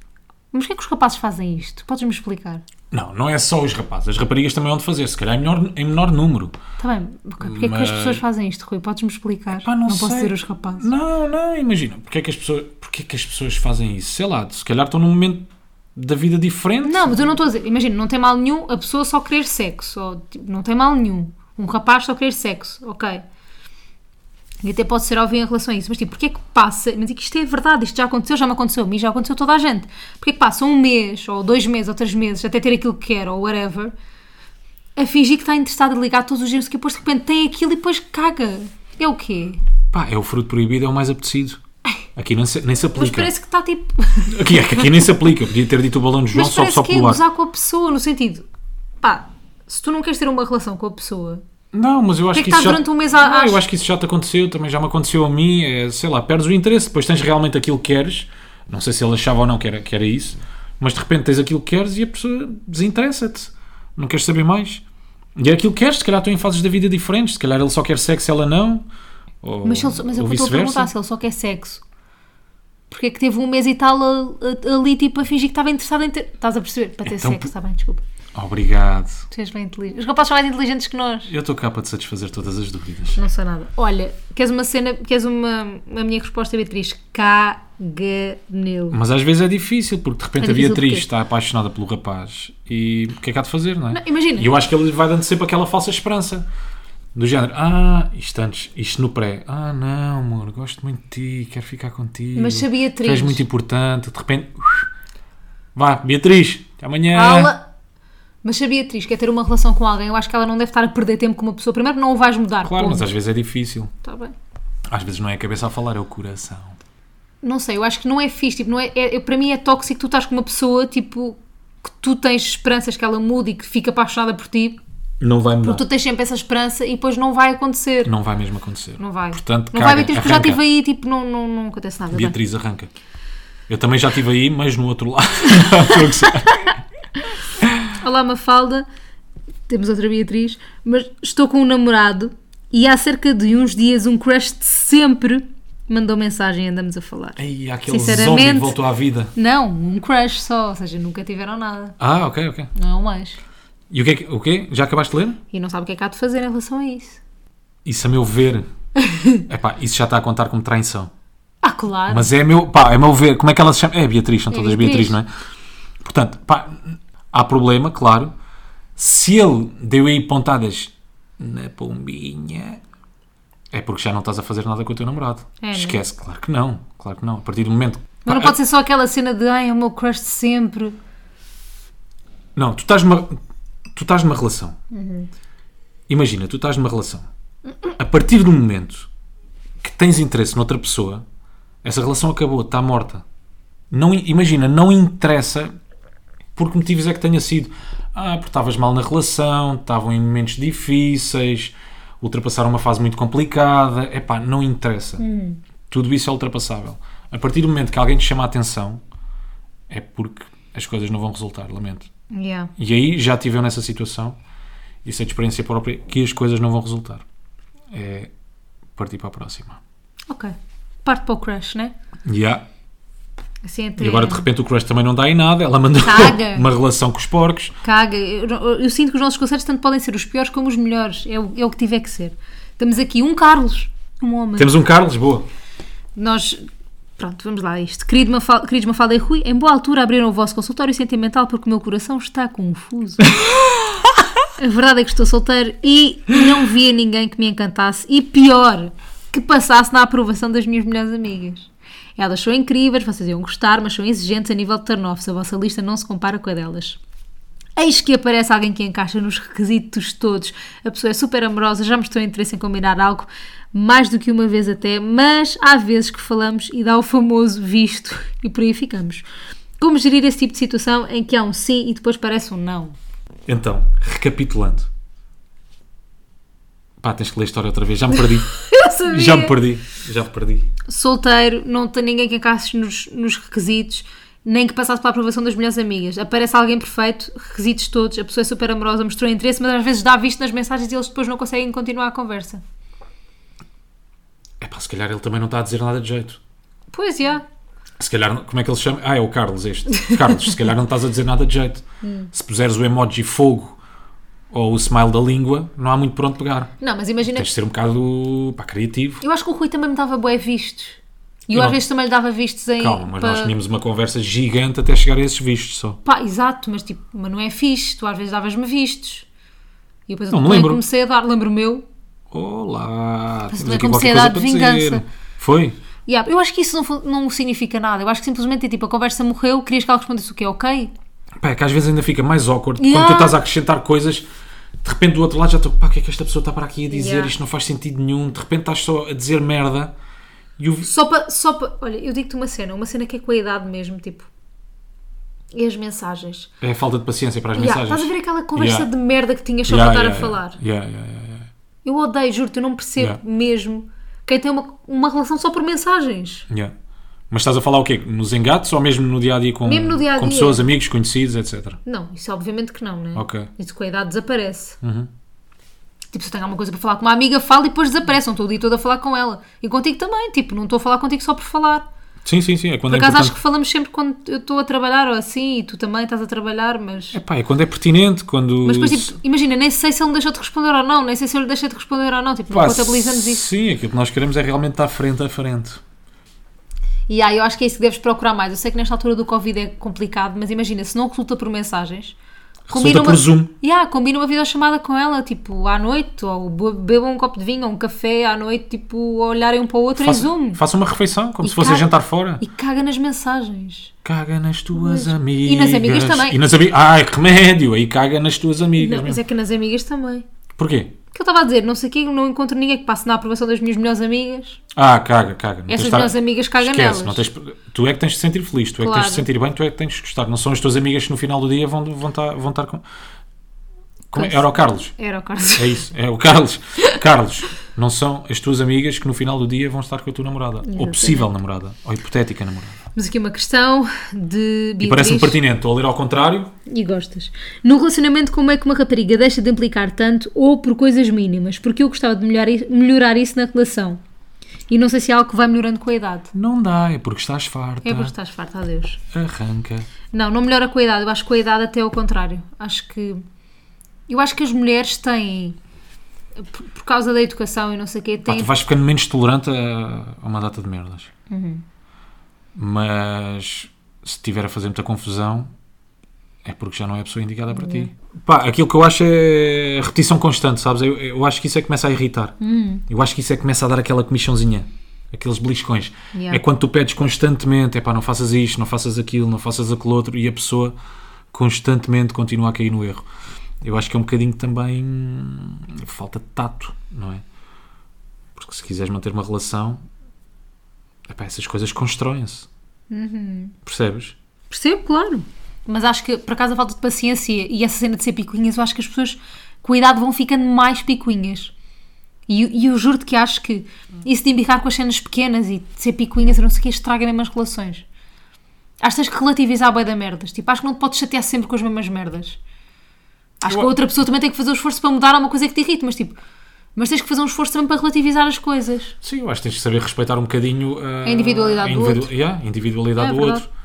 Speaker 1: Mas o que é que os rapazes fazem isto? Podes-me explicar?
Speaker 2: Não, não é só os rapazes. As raparigas também hão de fazer, se calhar em menor, em menor número.
Speaker 1: Está bem, ok, porque é que as
Speaker 2: Mas-
Speaker 1: pessoas fazem isto, Rui? Podes-me explicar?
Speaker 2: Pá, não
Speaker 1: posso
Speaker 2: sei.
Speaker 1: dizer os rapazes.
Speaker 2: Não, não, imagina. Porquê é que as pessoas, porquê é que as pessoas fazem isso? Sei lá, se calhar estão num momento da vida diferente.
Speaker 1: Não, mas eu não estou a dizer. Imagina, não tem mal nenhum a pessoa só querer sexo. Ou, tipo, não tem mal nenhum. Um rapaz só querer sexo, ok. E até pode ser óbvio em relação a isso, mas tipo, porque é que passa? Mas é que isto é verdade, isto já aconteceu, já me aconteceu a mim, já aconteceu a toda a gente. Porque é que passa um mês, ou dois meses, ou três meses, até ter aquilo que quer, ou whatever, a fingir que está interessado a ligar todos os dias, que depois de repente tem aquilo e depois caga. É o quê?
Speaker 2: Pá, é o fruto proibido, é o mais apetecido. Aqui não se- nem se
Speaker 1: Mas
Speaker 2: aplica.
Speaker 1: parece que está tipo.
Speaker 2: Aqui, é que aqui nem se aplica. Eu podia ter dito o balão de João
Speaker 1: Mas
Speaker 2: só,
Speaker 1: parece
Speaker 2: só
Speaker 1: que é
Speaker 2: pular.
Speaker 1: gozar com a pessoa, no sentido, pá, se tu não queres ter uma relação com a pessoa,
Speaker 2: Não, mas eu acho
Speaker 1: é que
Speaker 2: isso
Speaker 1: está
Speaker 2: já...
Speaker 1: durante um mês a-
Speaker 2: Não, eu
Speaker 1: a-
Speaker 2: acho que isso já te aconteceu, também já me aconteceu a mim, é, sei lá, perdes o interesse, depois tens realmente aquilo que queres, não sei se ele achava ou não que era, que era isso, mas de repente tens aquilo que queres e a pessoa desinteressa-te, não queres saber mais. E é aquilo que queres, se calhar estão em fases da vida diferentes, se calhar ele só quer sexo, ela não, ou,
Speaker 1: Mas, se ele só- mas eu
Speaker 2: ou
Speaker 1: estou a perguntar
Speaker 2: vice-versa.
Speaker 1: se ele só quer sexo. Porque é que teve um mês e tal a- a- ali, tipo, a fingir que estava interessado em ter. Estás a perceber? Para ter
Speaker 2: Então,
Speaker 1: sexo,
Speaker 2: por-
Speaker 1: está bem, desculpa.
Speaker 2: Obrigado.
Speaker 1: Tu és bem inteligente. Os rapazes são mais inteligentes que nós.
Speaker 2: Eu estou cá para te satisfazer todas as dúvidas.
Speaker 1: Não sou nada. Olha, queres uma cena, queres uma. A minha resposta, Beatriz? Caga nele.
Speaker 2: Mas às vezes é difícil, porque de repente
Speaker 1: É
Speaker 2: a
Speaker 1: difícil
Speaker 2: Beatriz
Speaker 1: porquê?
Speaker 2: está apaixonada pelo rapaz e o que é que há de fazer, não é?
Speaker 1: Não, imagina.
Speaker 2: E eu acho que ele vai dando sempre aquela falsa esperança. Do género, ah, isto antes, isto no pré, ah não, amor, gosto muito de ti, quero ficar contigo.
Speaker 1: Mas se a Beatriz-
Speaker 2: Tu és muito importante, de repente, uf, vá, Beatriz, até amanhã.
Speaker 1: Aula.
Speaker 2: É.
Speaker 1: Mas se a Beatriz quer ter uma relação com alguém, eu acho que ela não deve estar a perder tempo com uma pessoa. Primeiro, não o vais mudar.
Speaker 2: Claro,
Speaker 1: ponto.
Speaker 2: mas às vezes é difícil.
Speaker 1: Tá bem.
Speaker 2: Às vezes não é a cabeça a falar, é o coração.
Speaker 1: não sei, eu acho que não é fixe, tipo, não é, é- é- para mim é tóxico tu estás com uma pessoa, tipo, que tu tens esperanças que ela mude e que fica apaixonada por ti,
Speaker 2: Não vai mudar.
Speaker 1: tu tens sempre essa esperança e depois não vai acontecer. Não,
Speaker 2: Não vai mesmo acontecer.
Speaker 1: vai.
Speaker 2: Portanto,
Speaker 1: não
Speaker 2: caga,
Speaker 1: vai Beatriz, porque eu já
Speaker 2: arranca.
Speaker 1: estive aí, tipo, não, não, não é? acontece nada. Bem.
Speaker 2: Beatriz, arranca. Eu também já estive aí, mas no outro lado. Estou a gozar.
Speaker 1: Olá, Mafalda, temos outra Beatriz, mas estou com um namorado e há cerca de uns dias um crush de sempre mandou mensagem e andamos a falar.
Speaker 2: Ei, há aquele zombie que
Speaker 1: Sinceramente-
Speaker 2: voltou à vida.
Speaker 1: Não, um crush só, ou seja, nunca tiveram nada,
Speaker 2: Ah, ok, ok.
Speaker 1: não é um ex.
Speaker 2: E o que é que, o quê? Já acabaste de ler?
Speaker 1: E não sabe o que é que há de fazer em relação a isso.
Speaker 2: Isso a meu ver. Epá, isso já está a contar como traição.
Speaker 1: Ah, claro.
Speaker 2: Mas é meu, pá, é meu ver. Como é que ela se chama? É Beatriz, são
Speaker 1: É
Speaker 2: todas
Speaker 1: Beatriz.
Speaker 2: Beatriz, não é? Portanto, pá, há problema, claro. Se ele deu aí pontadas na pombinha, é porque já não estás a fazer nada com o teu namorado.
Speaker 1: É, não é?
Speaker 2: Esquece, claro que não, claro que não. A partir do momento.
Speaker 1: Mas não
Speaker 2: Pá,
Speaker 1: pode ser só aquela cena de ai, é o meu crush de sempre.
Speaker 2: Não, tu estás numa, tu estás numa relação. Imagina, tu estás numa relação. A partir do momento que tens interesse noutra pessoa, essa relação acabou, está morta. Não, i- imagina, não interessa por que motivos é que tenha sido. Ah, porque estavas mal na relação, estavam em momentos difíceis, ultrapassaram uma fase muito complicada. Epá, não interessa. Tudo isso é ultrapassável. A partir do momento que alguém te chama a atenção, é porque as coisas não vão resultar, lamento.
Speaker 1: Yeah.
Speaker 2: E aí já estive eu nessa situação e sei de experiência própria que as coisas não vão resultar. É partir para a próxima.
Speaker 1: Ok. Parte para o crush, né?
Speaker 2: Yeah.
Speaker 1: Assim até.
Speaker 2: E agora de repente o crush também não dá em nada, ela mandou
Speaker 1: Caga.
Speaker 2: uma relação com os porcos.
Speaker 1: Caga. Eu, eu- eu sinto que os nossos conselhos tanto podem ser os piores como os melhores. É o, é o que tiver que ser. Temos aqui um Carlos, um homem.
Speaker 2: Temos um Carlos, boa.
Speaker 1: Nós. Pronto, vamos lá a isto. Querido Mafal... Queridos Mafalda e Rui, em boa altura abriram o vosso consultório sentimental porque o meu coração está confuso. a verdade é que estou solteiro e não via ninguém que me encantasse e pior, que passasse na aprovação das minhas melhores amigas. Elas são incríveis, vocês iam gostar, mas são exigentes a nível de turn-offs. A vossa lista não se compara com a delas. Eis que aparece alguém que encaixa nos requisitos todos. A pessoa é super amorosa, já mostrou interesse em combinar algo, mais do que uma vez até, mas há vezes que falamos e dá o famoso visto e por aí ficamos. Como gerir esse tipo de situação em que há um sim e depois parece um não?
Speaker 2: Então, recapitulando. Pá, tens que ler a história outra vez, já me perdi.
Speaker 1: Eu sabia!
Speaker 2: já me perdi, já me perdi.
Speaker 1: Solteiro, não tem ninguém que encaixe nos, nos requisitos, nem que passasse pela aprovação das melhores amigas. Aparece alguém perfeito, requisitos todos, a pessoa é super amorosa, mostrou interesse, mas às vezes dá visto nas mensagens e eles depois não conseguem continuar a conversa.
Speaker 2: É pá, se calhar ele também não está a dizer nada de jeito.
Speaker 1: Pois, já.
Speaker 2: Se calhar, como é que ele se chama? Ah, é o Carlos este. Carlos, se calhar não estás a dizer nada de jeito.
Speaker 1: Hum.
Speaker 2: Se puseres o emoji fogo ou o smile da língua, não há muito por onde pegar.
Speaker 1: Não, mas imagina
Speaker 2: Tens de ser um bocado pá, criativo.
Speaker 1: Eu acho que o Rui também me dava bué vistos. E eu
Speaker 2: Não.
Speaker 1: às vezes também lhe dava vistos em.
Speaker 2: Calma, mas
Speaker 1: pa-
Speaker 2: nós tínhamos uma conversa gigante até chegar a esses vistos só.
Speaker 1: Pá, exato, mas tipo, mas não é fixe. Tu às vezes davas-me vistos. E depois eu
Speaker 2: Não me
Speaker 1: também
Speaker 2: lembro.
Speaker 1: comecei a dar, lembro-me eu.
Speaker 2: Olá,
Speaker 1: Mas
Speaker 2: temos
Speaker 1: não é
Speaker 2: aqui
Speaker 1: como se
Speaker 2: qualquer
Speaker 1: é
Speaker 2: coisa
Speaker 1: dado
Speaker 2: para dizer.
Speaker 1: vingança.
Speaker 2: Foi?
Speaker 1: Yeah, eu acho que isso não, fo- não significa nada. Eu acho que simplesmente é tipo, a conversa morreu, querias que ela respondesse o quê? Ok?
Speaker 2: Pá, é que às vezes ainda fica mais awkward quando
Speaker 1: Yeah.
Speaker 2: tu estás a acrescentar coisas, de repente do outro lado já estou, pá, o que é que esta pessoa está para aqui a dizer?
Speaker 1: Yeah.
Speaker 2: Isto não faz sentido nenhum, de repente estás só a dizer merda e o.
Speaker 1: Só para. Só pa, olha, eu digo-te uma cena, uma cena que é com a idade mesmo, tipo. E as mensagens.
Speaker 2: É a falta de paciência para as
Speaker 1: Yeah,
Speaker 2: mensagens.
Speaker 1: estás a ver aquela conversa de
Speaker 2: Yeah.
Speaker 1: merda que tinhas só
Speaker 2: Yeah,
Speaker 1: para estar
Speaker 2: yeah,
Speaker 1: a falar?
Speaker 2: yeah, yeah, yeah, yeah,
Speaker 1: Eu odeio, juro-te, eu não percebo
Speaker 2: Yeah.
Speaker 1: mesmo quem tem uma, uma relação só por mensagens.
Speaker 2: yeah. Mas estás a falar o quê? Nos engates ou mesmo no dia a dia com,
Speaker 1: Mesmo no dia-a-dia.
Speaker 2: com pessoas, amigos, conhecidos, etc.
Speaker 1: Não, isso obviamente que não, né?
Speaker 2: Ok. Uhum.
Speaker 1: Isso com a idade desaparece. Tipo, se eu tenho alguma coisa para falar com uma amiga, falo e depois desaparece. Não estou o dia todo a falar com ela. E contigo também, tipo, não estou a falar contigo só por falar.
Speaker 2: Sim, sim, sim. É quando
Speaker 1: Por
Speaker 2: é
Speaker 1: acaso acho
Speaker 2: importante.
Speaker 1: que falamos sempre quando eu estou a trabalhar ou assim e tu também estás a trabalhar, mas.
Speaker 2: Epá, é quando é pertinente, quando.
Speaker 1: Mas depois, tipo, imagina, nem sei se ele me deixou de responder ou não, nem sei se eu lhe deixei de responder ou não, tipo,
Speaker 2: Pá,
Speaker 1: não contabilizamos isso.
Speaker 2: Sim, aquilo que nós queremos é realmente estar frente a frente.
Speaker 1: E aí eu acho que é isso que deves procurar mais. Eu sei que nesta altura do Covid é complicado, mas imagina, se não resulta por mensagens, combina
Speaker 2: por Zoom.
Speaker 1: Yeah, combina uma videochamada com ela, tipo, à noite, ou bo- bebam um copo de vinho ou um café à noite, tipo, a olharem um para o outro
Speaker 2: Faça,
Speaker 1: em Zoom.
Speaker 2: faça uma refeição, como
Speaker 1: E
Speaker 2: se fosse
Speaker 1: caga-
Speaker 2: jantar fora.
Speaker 1: E caga nas mensagens.
Speaker 2: Caga nas tuas amigas.
Speaker 1: E nas amigas também.
Speaker 2: E nas ami- Ai, que remédio! Aí caga nas tuas amigas.
Speaker 1: Não, mas
Speaker 2: mesmo.
Speaker 1: é que nas amigas também.
Speaker 2: Porquê?
Speaker 1: Que eu estava a dizer, não sei o quê, não encontro ninguém que passe na aprovação das minhas melhores amigas.
Speaker 2: Ah, caga, caga. Não tens
Speaker 1: Essas
Speaker 2: de estar-
Speaker 1: minhas amigas cagam
Speaker 2: Esquece,
Speaker 1: nelas.
Speaker 2: não tens... Tu é que tens de sentir feliz, tu é que tens
Speaker 1: Claro.
Speaker 2: de sentir bem, tu é que tens de gostar. Não são as tuas amigas que no final do dia vão vão estar vão estar com. Como é?
Speaker 1: Pois.
Speaker 2: Era o Carlos.
Speaker 1: Era o Carlos.
Speaker 2: É isso, é o Carlos. Carlos, não são as tuas amigas que no final do dia vão estar com a tua namorada. Ou
Speaker 1: Exatamente.
Speaker 2: possível namorada. Ou hipotética namorada.
Speaker 1: Mas aqui uma questão de
Speaker 2: E parece-me
Speaker 1: Beatriz.
Speaker 2: pertinente. Estou a ler ao contrário.
Speaker 1: E gostas. No relacionamento, como é que uma rapariga deixa de implicar tanto ou por coisas mínimas? Porque eu gostava de melhorar, i- melhorar isso na relação. E não sei se é algo que vai melhorando com a idade.
Speaker 2: Não dá, é porque estás farta.
Speaker 1: É porque estás farta, adeus.
Speaker 2: Arranca.
Speaker 1: Não, não melhora com a idade. Eu acho que com a idade até ao contrário. Acho que. Eu acho que as mulheres têm. Por, por causa da educação e não sei o quê,
Speaker 2: Pá, tu
Speaker 1: têm.
Speaker 2: vais ficando menos tolerante a, a uma data de merdas.
Speaker 1: Uhum.
Speaker 2: Mas se estiver a fazer muita confusão, é porque já não é a pessoa indicada para ti. Pá, aquilo que eu acho é a repetição constante, sabes? Eu, eu acho que isso é que começa a irritar. Eu acho que isso é que começa a dar aquela comissãozinha. Aqueles beliscões.
Speaker 1: Yeah.
Speaker 2: É quando tu pedes constantemente, é pá, não faças isto, não faças aquilo, não faças aquele outro, e a pessoa constantemente continua a cair no erro. Eu acho que é um bocadinho também hum, falta de tato, não é? Porque se quiseres manter uma relação, epá, essas coisas constroem-se. Percebes?
Speaker 1: Percebo, claro. Mas acho que, por acaso, a falta de paciência e essa cena de ser picuinhas, eu acho que as pessoas com a idade vão ficando mais picuinhas. E, eu- e eu juro-te que acho que isso de embicar com as cenas pequenas e de ser picuinhas e não sei o que, estraga mesmo as relações. Acho que tens que relativizar a boia da merdas. Tipo, acho que não te podes chatear sempre com as mesmas merdas. Acho
Speaker 2: Eu
Speaker 1: que a
Speaker 2: a-
Speaker 1: outra pessoa também tem que fazer um esforço para mudar alguma coisa que te irrite, mas tipo, mas tens que fazer um esforço também para relativizar as coisas.
Speaker 2: Sim, eu acho que tens de saber respeitar um bocadinho ah,
Speaker 1: A individualidade do
Speaker 2: individu-
Speaker 1: outro.
Speaker 2: Yeah, a individualidade
Speaker 1: É
Speaker 2: do
Speaker 1: verdade.
Speaker 2: outro.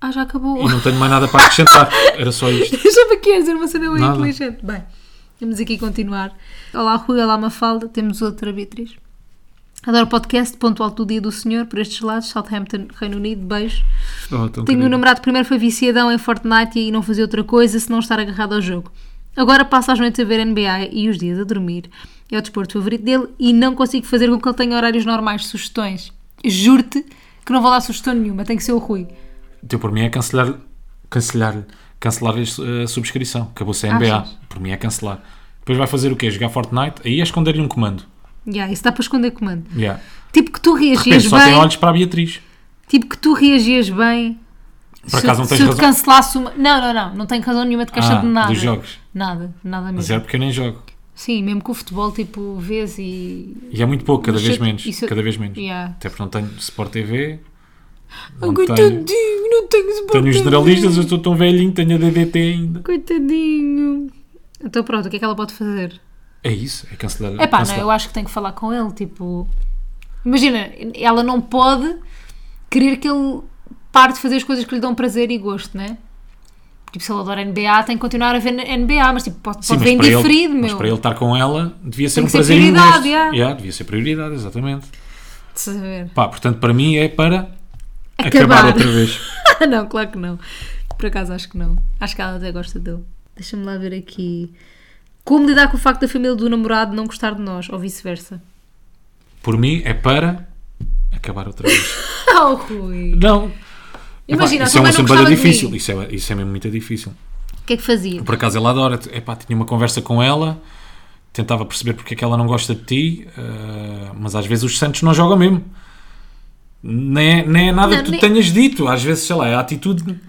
Speaker 1: Ah, já acabou.
Speaker 2: E não tenho mais nada para acrescentar. Era só isto.
Speaker 1: Deixa-me aqui a é dizer uma cena muito
Speaker 2: Nada.
Speaker 1: inteligente. Bem, vamos aqui continuar. Olá Rui, olá Mafalda, temos outra Beatriz. Adoro o podcast, ponto alto do dia do senhor, por estes lados, Southampton, Reino Unido, beijo.
Speaker 2: Oh, tão
Speaker 1: Tenho um
Speaker 2: querido.
Speaker 1: namorado que primeiro foi viciadão em Fortnite e não fazia outra coisa senão estar agarrado ao jogo. Agora passa as noites a ver NBA e os dias a dormir. É o desporto favorito dele e não consigo fazer com que ele tenha horários normais, sugestões. Juro-te que não vou dar sugestão nenhuma, tem que ser o Rui.
Speaker 2: Teu por mim é cancelar cancelar cancelar a subscrição. Acabou-se a NBA.
Speaker 1: Achas?
Speaker 2: Por mim é cancelar. Depois vai fazer o quê? Jogar Fortnite? Aí é esconder-lhe um comando.
Speaker 1: Yeah, isso dá para esconder comando.
Speaker 2: Yeah.
Speaker 1: Tipo que tu
Speaker 2: De repente
Speaker 1: reagias
Speaker 2: só tem
Speaker 1: bem.
Speaker 2: olhos para a Beatriz.
Speaker 1: Tipo que tu reagias bem.
Speaker 2: Por acaso não
Speaker 1: se,
Speaker 2: tens
Speaker 1: se eu te
Speaker 2: razão.
Speaker 1: cancelasse uma. Não, não, não. Não tenho razão nenhuma de queixar
Speaker 2: Ah,
Speaker 1: de nada.
Speaker 2: dos jogos.
Speaker 1: Nada, nada mesmo.
Speaker 2: Mas é porque eu nem jogo.
Speaker 1: Sim, mesmo com o futebol, tipo, vês e.
Speaker 2: E é muito pouco, cada
Speaker 1: Mas
Speaker 2: vez
Speaker 1: eu-
Speaker 2: menos.
Speaker 1: isso- é-
Speaker 2: Cada vez menos.
Speaker 1: Yeah.
Speaker 2: Até porque não tenho Sport TV. Não tenho,
Speaker 1: Coitadinho, não tenho suporte.
Speaker 2: tenho os generalistas, eu estou tão velhinho, tenho a DDT ainda.
Speaker 1: Coitadinho. Então pronto, o que é que ela pode fazer?
Speaker 2: É isso, é cancelar.
Speaker 1: É pá, não,
Speaker 2: cancelar.
Speaker 1: eu acho que tenho que falar com ele, tipo. Imagina, ela não pode querer que ele pare de fazer as coisas que lhe dão prazer e gosto, né? Tipo, se ele adora NBA, tem que continuar a ver NBA, mas tipo, pode,
Speaker 2: Sim,
Speaker 1: pode
Speaker 2: mas
Speaker 1: ver
Speaker 2: para, ele,
Speaker 1: indiferido,
Speaker 2: mas
Speaker 1: meu.
Speaker 2: para ele estar com ela devia ser
Speaker 1: Tem
Speaker 2: um
Speaker 1: que ser
Speaker 2: prazer e um
Speaker 1: prioridade,
Speaker 2: gosto.
Speaker 1: yeah.
Speaker 2: Yeah, devia ser prioridade, exatamente.
Speaker 1: De saber.
Speaker 2: Pá, portanto, para mim é para
Speaker 1: Acabar.
Speaker 2: acabar outra vez.
Speaker 1: Ah, não, claro que não. Por acaso acho que não. Acho que ela até gosta dele. Deixa-me lá ver aqui. Como lidar com o facto da família do namorado não gostar de nós, ou vice-versa?
Speaker 2: Por mim, é para acabar outra vez.
Speaker 1: Oh, Rui!
Speaker 2: não.
Speaker 1: Imagina,
Speaker 2: Epá,
Speaker 1: a
Speaker 2: isso
Speaker 1: tua
Speaker 2: é
Speaker 1: mãe
Speaker 2: um
Speaker 1: não
Speaker 2: assunto
Speaker 1: gostava
Speaker 2: bastante
Speaker 1: de
Speaker 2: difícil.
Speaker 1: mim.
Speaker 2: Isso é, isso é mesmo muito difícil.
Speaker 1: O que é que fazia?
Speaker 2: Por acaso ela adora. Epá, tinha uma conversa com ela, tentava perceber porque é que ela não gosta de ti, eh, mas às vezes os Santos não jogam mesmo. Nem é, nem é nada
Speaker 1: Não,
Speaker 2: que tu
Speaker 1: nem-
Speaker 2: tenhas dito. Às vezes, sei lá, é a atitude.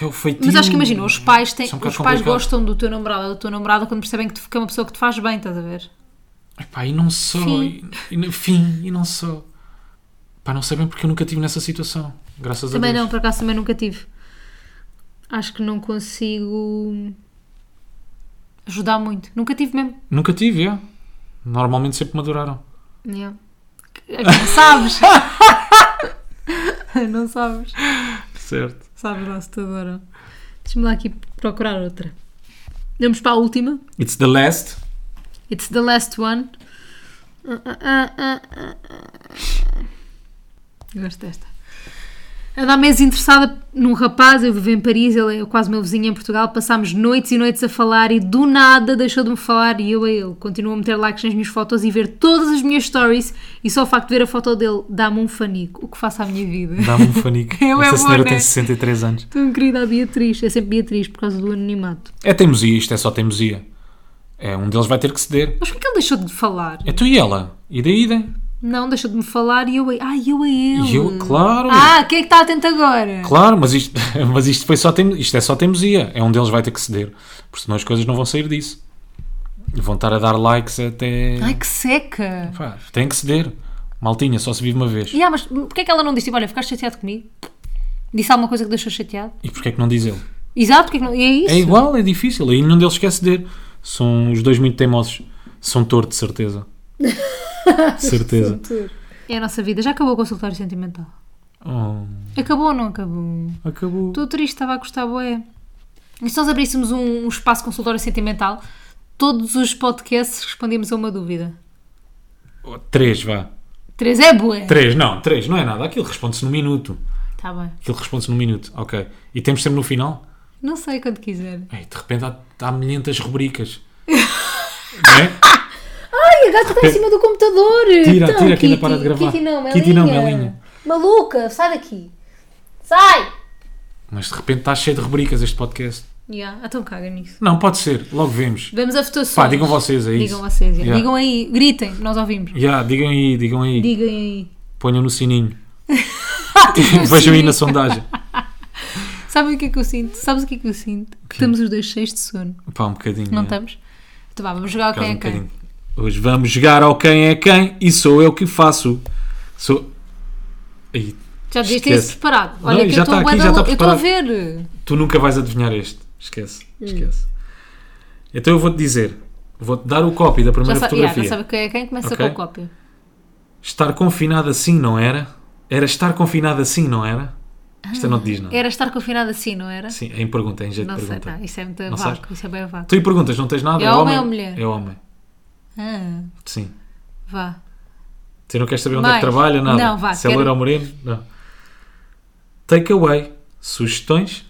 Speaker 2: É o feitio.
Speaker 1: Mas acho que imagina, os pais, têm,
Speaker 2: Isso é um
Speaker 1: os
Speaker 2: bocado
Speaker 1: pais
Speaker 2: complicado.
Speaker 1: gostam do teu namorado ou da tua namorada quando percebem que, tu, que é uma pessoa que te faz bem, estás a ver?
Speaker 2: Epá, e não sou.
Speaker 1: Fim.
Speaker 2: E, e, fim, e não sou. Pá, não sei bem porque eu nunca estive nessa situação. Graças
Speaker 1: Também
Speaker 2: a Deus.
Speaker 1: não, por acaso também nunca tive. Acho que não consigo ajudar muito. Nunca tive mesmo.
Speaker 2: Nunca tive, é. Normalmente sempre me adoraram.
Speaker 1: Yeah. Não sabes? não sabes.
Speaker 2: Certo.
Speaker 1: Sabes lá se te adoram. Deixa-me lá aqui procurar outra. Vamos para a última.
Speaker 2: It's the last.
Speaker 1: It's the last one. Ah, ah, ah, ah, ah, ah. Gosto desta. Andar meses interessada num rapaz, eu vivo em Paris, ele é quase meu vizinho em Portugal, passámos noites e noites a falar e do nada deixou de me falar e eu a ele. Continuo a meter likes nas minhas fotos e ver todas as minhas stories e só o facto de ver a foto dele dá-me um fanico, o que faço à minha vida.
Speaker 2: Dá-me um fanico.
Speaker 1: Eu é
Speaker 2: Esta
Speaker 1: bom,
Speaker 2: senhora
Speaker 1: né?
Speaker 2: tem 63 anos.
Speaker 1: Tão querida a Beatriz, é sempre Beatriz por causa do anonimato.
Speaker 2: É teimosia, isto é só teimosia. É, um deles vai ter que ceder.
Speaker 1: Mas porquê que ele deixou de falar?
Speaker 2: É tu e ela. E daí, daí?
Speaker 1: Não, deixou de me falar e eu a Ai, eu a ele.
Speaker 2: E eu, claro.
Speaker 1: Ah, quem é que está atento agora?
Speaker 2: Claro, mas isto, mas isto, foi só teimo, isto é só teimosia. É um deles vai ter que ceder. Porque senão as coisas não vão sair disso. Vão estar a dar likes até.
Speaker 1: Ai, que seca.
Speaker 2: Pá, tem que ceder. Maltinha, só se vive uma vez.
Speaker 1: E ah, mas porquê é que ela não disse, tipo, olha, ficaste chateado comigo? Disse alguma coisa que deixou chateado?
Speaker 2: E porquê é que não diz ele?
Speaker 1: Exato, porque é que não... E é isso?
Speaker 2: É igual, é difícil. Aí nenhum deles quer ceder. São os dois muito teimosos. São torto, de certeza. De certeza.
Speaker 1: É a nossa vida. Já acabou o consultório sentimental.
Speaker 2: Oh,
Speaker 1: Acabou ou não acabou?
Speaker 2: acabou.
Speaker 1: Estou triste, estava a gostar bué. E se nós abríssemos um, um espaço consultório sentimental, todos os podcasts respondíamos a uma dúvida.
Speaker 2: Oh, Três, vá.
Speaker 1: Três é bué.
Speaker 2: Três, não, três, não é nada. Aquilo responde-se num minuto.
Speaker 1: Tá bem.
Speaker 2: Aquilo responde-se num minuto, ok. E temos sempre no final.
Speaker 1: Não sei quando quiser.
Speaker 2: Ei, de repente há, há milhentas rubricas. não é?
Speaker 1: Ai, a gata está em cima do computador!
Speaker 2: Tira,
Speaker 1: então,
Speaker 2: tira, que ainda
Speaker 1: Kitty.
Speaker 2: para de gravar.
Speaker 1: Kitty não,
Speaker 2: Kitty não,
Speaker 1: Melinha.
Speaker 2: Melinha.
Speaker 1: Maluca, sai daqui! Sai!
Speaker 2: Mas de repente está cheio de rubricas este podcast.
Speaker 1: Yeah, então caga nisso.
Speaker 2: Não, pode ser, logo vemos.
Speaker 1: Vamos a votações.
Speaker 2: Pá, digam vocês, é isso.
Speaker 1: Digam vocês, yeah.
Speaker 2: Yeah.
Speaker 1: digam aí, gritem, nós ouvimos.
Speaker 2: Já, digam aí, digam aí.
Speaker 1: Digam aí.
Speaker 2: Ponham no sininho.
Speaker 1: no
Speaker 2: Vejam aí
Speaker 1: sininho.
Speaker 2: na sondagem.
Speaker 1: Sabem o que é que eu sinto? Sabes o que é que eu sinto? Que estamos os dois cheios de sono.
Speaker 2: Pá, um bocadinho.
Speaker 1: Não
Speaker 2: é.
Speaker 1: estamos? Então vá, vamos jogar ao
Speaker 2: Por
Speaker 1: quem
Speaker 2: causa
Speaker 1: é
Speaker 2: um
Speaker 1: quem.
Speaker 2: bocadinho. Hoje vamos jogar ao quem é quem e sou eu que faço. Sou. Aí,
Speaker 1: Já devias ter isso
Speaker 2: Esquece.
Speaker 1: preparado.
Speaker 2: Não,
Speaker 1: Olha que
Speaker 2: já
Speaker 1: eu estou a
Speaker 2: está aqui, já está
Speaker 1: Eu estou a
Speaker 2: preparado.
Speaker 1: ver.
Speaker 2: Tu nunca vais adivinhar este. Esquece,
Speaker 1: Hum.
Speaker 2: esquece. Então eu vou-te dizer, vou-te dar o copy da
Speaker 1: Já
Speaker 2: primeira
Speaker 1: sabe, yeah,
Speaker 2: fotografia.
Speaker 1: já sabe quem é quem, começa
Speaker 2: Ok.
Speaker 1: com a cópia.
Speaker 2: Estar confinado assim, não era? Era estar confinado assim, não era? Isto não te diz, não?
Speaker 1: Ah, Era estar confinado assim, não era?
Speaker 2: Sim, é em pergunta, é em jeito
Speaker 1: Não
Speaker 2: de
Speaker 1: sei,
Speaker 2: pergunta.
Speaker 1: não, isso é muito
Speaker 2: Não
Speaker 1: vago,
Speaker 2: sabes?
Speaker 1: isso é bem vago.
Speaker 2: Tu e perguntas, não tens nada?
Speaker 1: É homem ou mulher?
Speaker 2: É homem,
Speaker 1: Ah,
Speaker 2: sim.
Speaker 1: vá.
Speaker 2: Tu não queres saber onde é
Speaker 1: Mais.
Speaker 2: que trabalha, nada?
Speaker 1: Não, vá,
Speaker 2: Se é
Speaker 1: quero-
Speaker 2: loira ou moreno, não. Takeaway, sugestões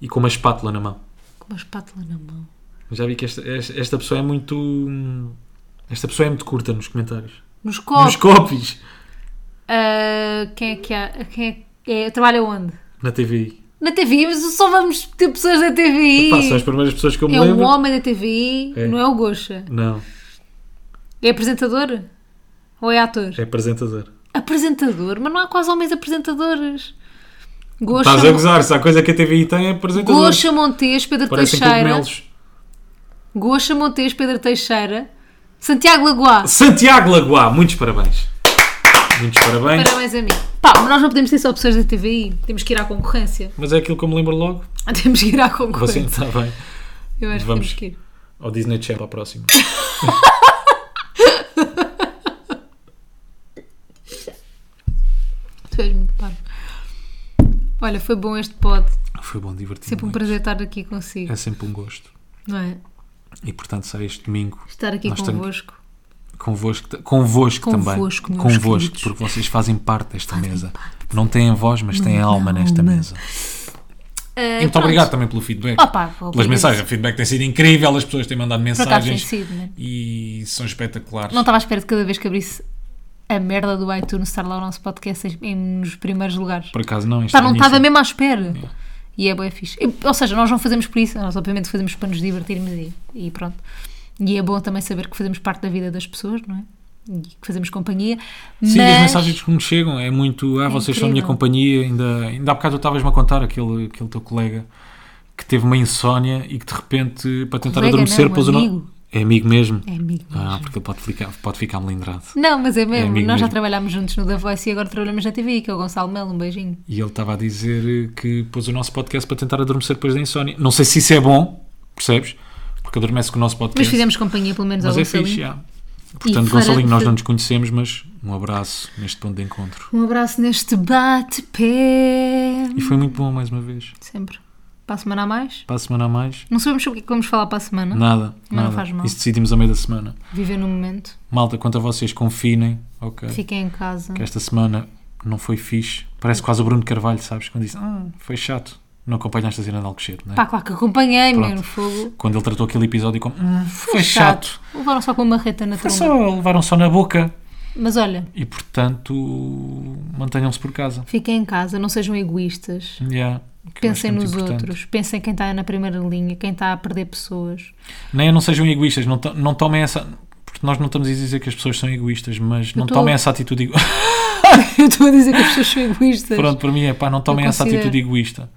Speaker 2: e com uma espátula na mão.
Speaker 1: Com uma espátula na mão.
Speaker 2: Já vi que esta, esta, esta pessoa é muito... hum, Esta pessoa é muito curta nos comentários.
Speaker 1: Nos copos.
Speaker 2: Nos copies.
Speaker 1: Ah, quem é que há? Quem é, é, trabalha onde?
Speaker 2: Na TVI.
Speaker 1: Na TVI, mas só vamos ter pessoas da TVI.
Speaker 2: Pá, são as primeiras pessoas que eu me
Speaker 1: é um
Speaker 2: lembro.
Speaker 1: homem da TVI,
Speaker 2: É.
Speaker 1: não é o Gosha.
Speaker 2: Não,
Speaker 1: É apresentador? Ou é ator?
Speaker 2: é apresentador.
Speaker 1: Apresentador? Mas não há quase homens apresentadores. Gosha,
Speaker 2: Estás a gozar, se há coisa que a TVI tem é apresentador.
Speaker 1: Gosha Montes, Pedro
Speaker 2: Parecem
Speaker 1: Teixeira.
Speaker 2: cogumelos.
Speaker 1: Gosha Montes, Pedro Teixeira. Santiago Lagoa.
Speaker 2: Santiago Lagoa, muitos parabéns. Muitos parabéns.
Speaker 1: Parabéns a mim. Pá, mas nós não podemos ter só pessoas da TVI. Temos que ir à concorrência.
Speaker 2: Mas é aquilo que eu me lembro logo.
Speaker 1: Temos que ir à
Speaker 2: Você
Speaker 1: concorrência.
Speaker 2: está bem.
Speaker 1: Eu acho que temos
Speaker 2: Vamos.
Speaker 1: que ir.
Speaker 2: Ao Disney Channel, à próxima.
Speaker 1: Tu és muito parvo. Olha, foi bom este pod.
Speaker 2: Foi bom, divertido.
Speaker 1: Sempre um
Speaker 2: muito.
Speaker 1: prazer estar aqui consigo.
Speaker 2: É sempre um gosto.
Speaker 1: Não é?
Speaker 2: E portanto sai este domingo
Speaker 1: Estar aqui
Speaker 2: Nós estamos-
Speaker 1: convosco.
Speaker 2: convosco, ta- convosco, também.
Speaker 1: Convosco, meus
Speaker 2: convosco,
Speaker 1: queridos.
Speaker 2: porque vocês fazem parte desta mesa. Não têm voz, mas têm alma nesta
Speaker 1: alma.
Speaker 2: mesa.
Speaker 1: Ah,
Speaker 2: E muito
Speaker 1: pronto.
Speaker 2: obrigado também pelo feedback.
Speaker 1: Opa,
Speaker 2: Pelas
Speaker 1: obrigado.
Speaker 2: mensagens. O feedback tem sido incrível, as pessoas têm mandado
Speaker 1: Por acaso tem
Speaker 2: mensagens
Speaker 1: sido, né?
Speaker 2: e são espetaculares.
Speaker 1: Não estava à espera de cada vez que abrisse a merda do iTunes estar lá o nosso podcast em- em- nos primeiros lugares.
Speaker 2: Por acaso não, isto
Speaker 1: Está, não
Speaker 2: é
Speaker 1: estava
Speaker 2: início.
Speaker 1: mesmo à espera. E é boa fixe. E, ou seja, nós não fazemos por isso, nós obviamente fazemos para nos divertirmos e, e pronto. E é bom também saber que fazemos parte da vida das pessoas, não é? E que fazemos companhia.
Speaker 2: Sim,
Speaker 1: mas...
Speaker 2: as mensagens que me chegam é muito. Ah, vocês são a minha
Speaker 1: incrível.
Speaker 2: companhia. Ainda, ainda há bocado tu estavas-me a contar aquele, aquele teu colega que teve uma insónia e que de repente, para tentar
Speaker 1: Colega,
Speaker 2: adormecer,
Speaker 1: não,
Speaker 2: pôs o nome.
Speaker 1: amigo.
Speaker 2: É amigo mesmo.
Speaker 1: É amigo.
Speaker 2: Ah, porque ele pode ficar, pode ficar melindrado.
Speaker 1: Não, mas é mesmo.
Speaker 2: amigo
Speaker 1: Nós já
Speaker 2: mesmo.
Speaker 1: trabalhámos juntos no The Voice e agora trabalhamos na TV, que é o Gonçalo Melo. Um beijinho.
Speaker 2: E ele estava a dizer eh, que pôs o nosso podcast para tentar adormecer depois da insónia. Não sei se isso é bom, percebes? Porque adormece com o nosso podcast.
Speaker 1: Mas fizemos companhia pelo menos
Speaker 2: é Mas
Speaker 1: ao
Speaker 2: é
Speaker 1: Gonçalinho.
Speaker 2: fixe, já. Portanto,
Speaker 1: fora-
Speaker 2: Gonçalinho, nós não nos conhecemos, mas um abraço neste ponto de encontro.
Speaker 1: Um abraço neste bate-pé.
Speaker 2: E foi muito bom mais uma vez.
Speaker 1: Sempre. Para a semana a mais.
Speaker 2: Para a semana a mais,
Speaker 1: Não sabemos sobre o que é que vamos falar para a semana.
Speaker 2: nada.
Speaker 1: Mas não
Speaker 2: nada.
Speaker 1: faz mal.
Speaker 2: Isso decidimos a meio da semana.
Speaker 1: Viver no momento.
Speaker 2: Malta, quanto a vocês, confinem, ok?
Speaker 1: Fiquem em casa.
Speaker 2: Que esta semana não foi fixe. Parece quase o Bruno Carvalho, sabes? Quando disse, ah, foi chato. Não acompanhaste a cena de Alcochete, não é?
Speaker 1: Pá, claro que acompanhei,
Speaker 2: Pronto.
Speaker 1: meu, no fogo.
Speaker 2: Quando ele tratou aquele episódio como, "Hum, foi chato.
Speaker 1: Levaram só com uma reta na
Speaker 2: Foi
Speaker 1: tromba.
Speaker 2: só, levaram só na boca.
Speaker 1: Mas olha,
Speaker 2: E portanto, mantenham-se por casa.
Speaker 1: fiquem em casa, não sejam egoístas.
Speaker 2: Yeah, que
Speaker 1: Pensem
Speaker 2: eu acho que é muito
Speaker 1: nos
Speaker 2: importante.
Speaker 1: outros. Pensem quem está na primeira linha, quem está a perder pessoas.
Speaker 2: Nem não sejam egoístas, não, to- não tomem essa. Porque nós não estamos a dizer que as pessoas são egoístas, mas não
Speaker 1: tô-
Speaker 2: tomem essa atitude. ego-
Speaker 1: Eu estou a dizer que as pessoas são egoístas.
Speaker 2: Pronto, para mim é pá, não tomem essa
Speaker 1: considero.
Speaker 2: atitude egoísta.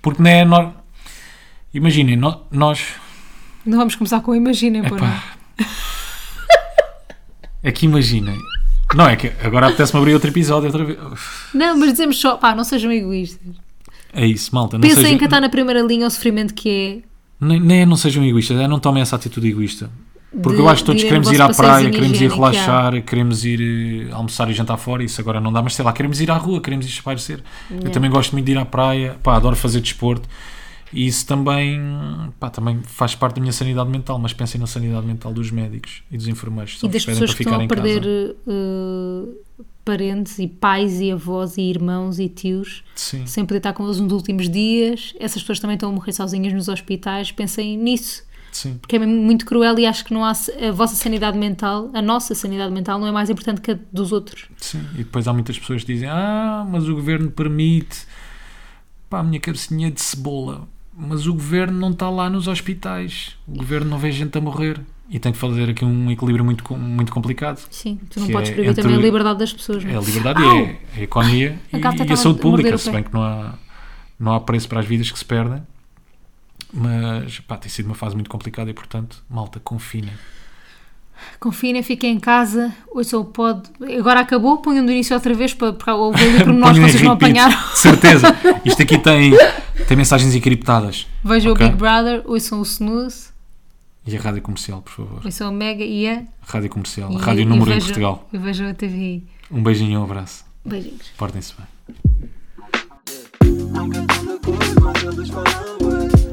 Speaker 2: Porque não é. nó- Imaginem, nó- nós.
Speaker 1: Não vamos começar com imaginem, pô, não.
Speaker 2: Epá. É que imaginem. Não, é que agora apetece-me abrir outro episódio outra vez. Uf,
Speaker 1: Não, mas dizemos só, pá, não sejam egoístas.
Speaker 2: É isso, malta. Não
Speaker 1: Pensem tá-
Speaker 2: sejam-
Speaker 1: em quem está na primeira linha, o sofrimento que é.
Speaker 2: Nem, nem é não sejam egoístas, é não tomem essa atitude egoísta. Porque
Speaker 1: De-
Speaker 2: eu acho que todos
Speaker 1: de ir
Speaker 2: queremos
Speaker 1: ao
Speaker 2: ir à
Speaker 1: vosso
Speaker 2: praia,
Speaker 1: passeizinho
Speaker 2: queremos ir
Speaker 1: higiênico,
Speaker 2: relaxar, queremos ir eh, almoçar e jantar fora, isso agora não dá, mas sei lá, queremos ir à rua, queremos ir espairecer. Eu também gosto muito de ir à praia, pá, adoro fazer desporto. E isso também, pá, também faz parte da minha sanidade mental, mas pensem na sanidade mental dos médicos e dos enfermeiros. que só
Speaker 1: E das
Speaker 2: vos pedem
Speaker 1: pessoas que
Speaker 2: para
Speaker 1: estão
Speaker 2: ficar
Speaker 1: a
Speaker 2: em casa.
Speaker 1: perder eh, parentes e pais e avós e irmãos e tios.
Speaker 2: Sim.
Speaker 1: sem poder estar com eles nos últimos dias. Essas pessoas também estão a morrer sozinhas nos hospitais. Pensem nisso,
Speaker 2: Sim.
Speaker 1: porque é mesmo muito cruel e acho que não há a vossa sanidade mental, a nossa sanidade mental, não é mais importante que a dos outros.
Speaker 2: Sim, e depois há muitas pessoas que dizem: Ah, mas o governo permite. Pá, a minha cabecinha é de cebola. Mas o governo não está lá nos hospitais. O governo não vê gente a morrer. E tem que fazer aqui um equilíbrio muito, com- muito complicado.
Speaker 1: Sim, tu não
Speaker 2: Que
Speaker 1: podes
Speaker 2: é
Speaker 1: proibir
Speaker 2: entre-
Speaker 1: também a liberdade das pessoas. não
Speaker 2: É a liberdade,
Speaker 1: Au!
Speaker 2: é a economia
Speaker 1: A
Speaker 2: e,
Speaker 1: gata
Speaker 2: e a
Speaker 1: estava
Speaker 2: saúde
Speaker 1: a morder
Speaker 2: pública.
Speaker 1: o
Speaker 2: Se
Speaker 1: pé.
Speaker 2: bem que não há, não há preço para as vidas que se perdem. Mas, pá, tem sido uma fase muito complicada e, portanto, malta, confina.
Speaker 1: Confinem, fiquem em casa, ouçam o pod. Agora acabou, ponham do início outra vez para, porque houve ali pormenores
Speaker 2: Ponham
Speaker 1: que
Speaker 2: em
Speaker 1: vocês não
Speaker 2: repeat,
Speaker 1: apanharam.
Speaker 2: de Certeza. Isto aqui tem, tem mensagens encriptadas.
Speaker 1: Vejam
Speaker 2: Ok.
Speaker 1: o Big Brother, ouçam o Snooze,
Speaker 2: E a rádio comercial, por favor.
Speaker 1: ouçam o Mega e a.
Speaker 2: Rádio Comercial,
Speaker 1: e-
Speaker 2: Rádio
Speaker 1: e
Speaker 2: Número um em
Speaker 1: vejam-
Speaker 2: Portugal.
Speaker 1: E vejam a TVI.
Speaker 2: Um beijinho e um abraço.
Speaker 1: Beijinhos.
Speaker 2: Portem-se bem.
Speaker 3: I'm good on the court, my girl is fine with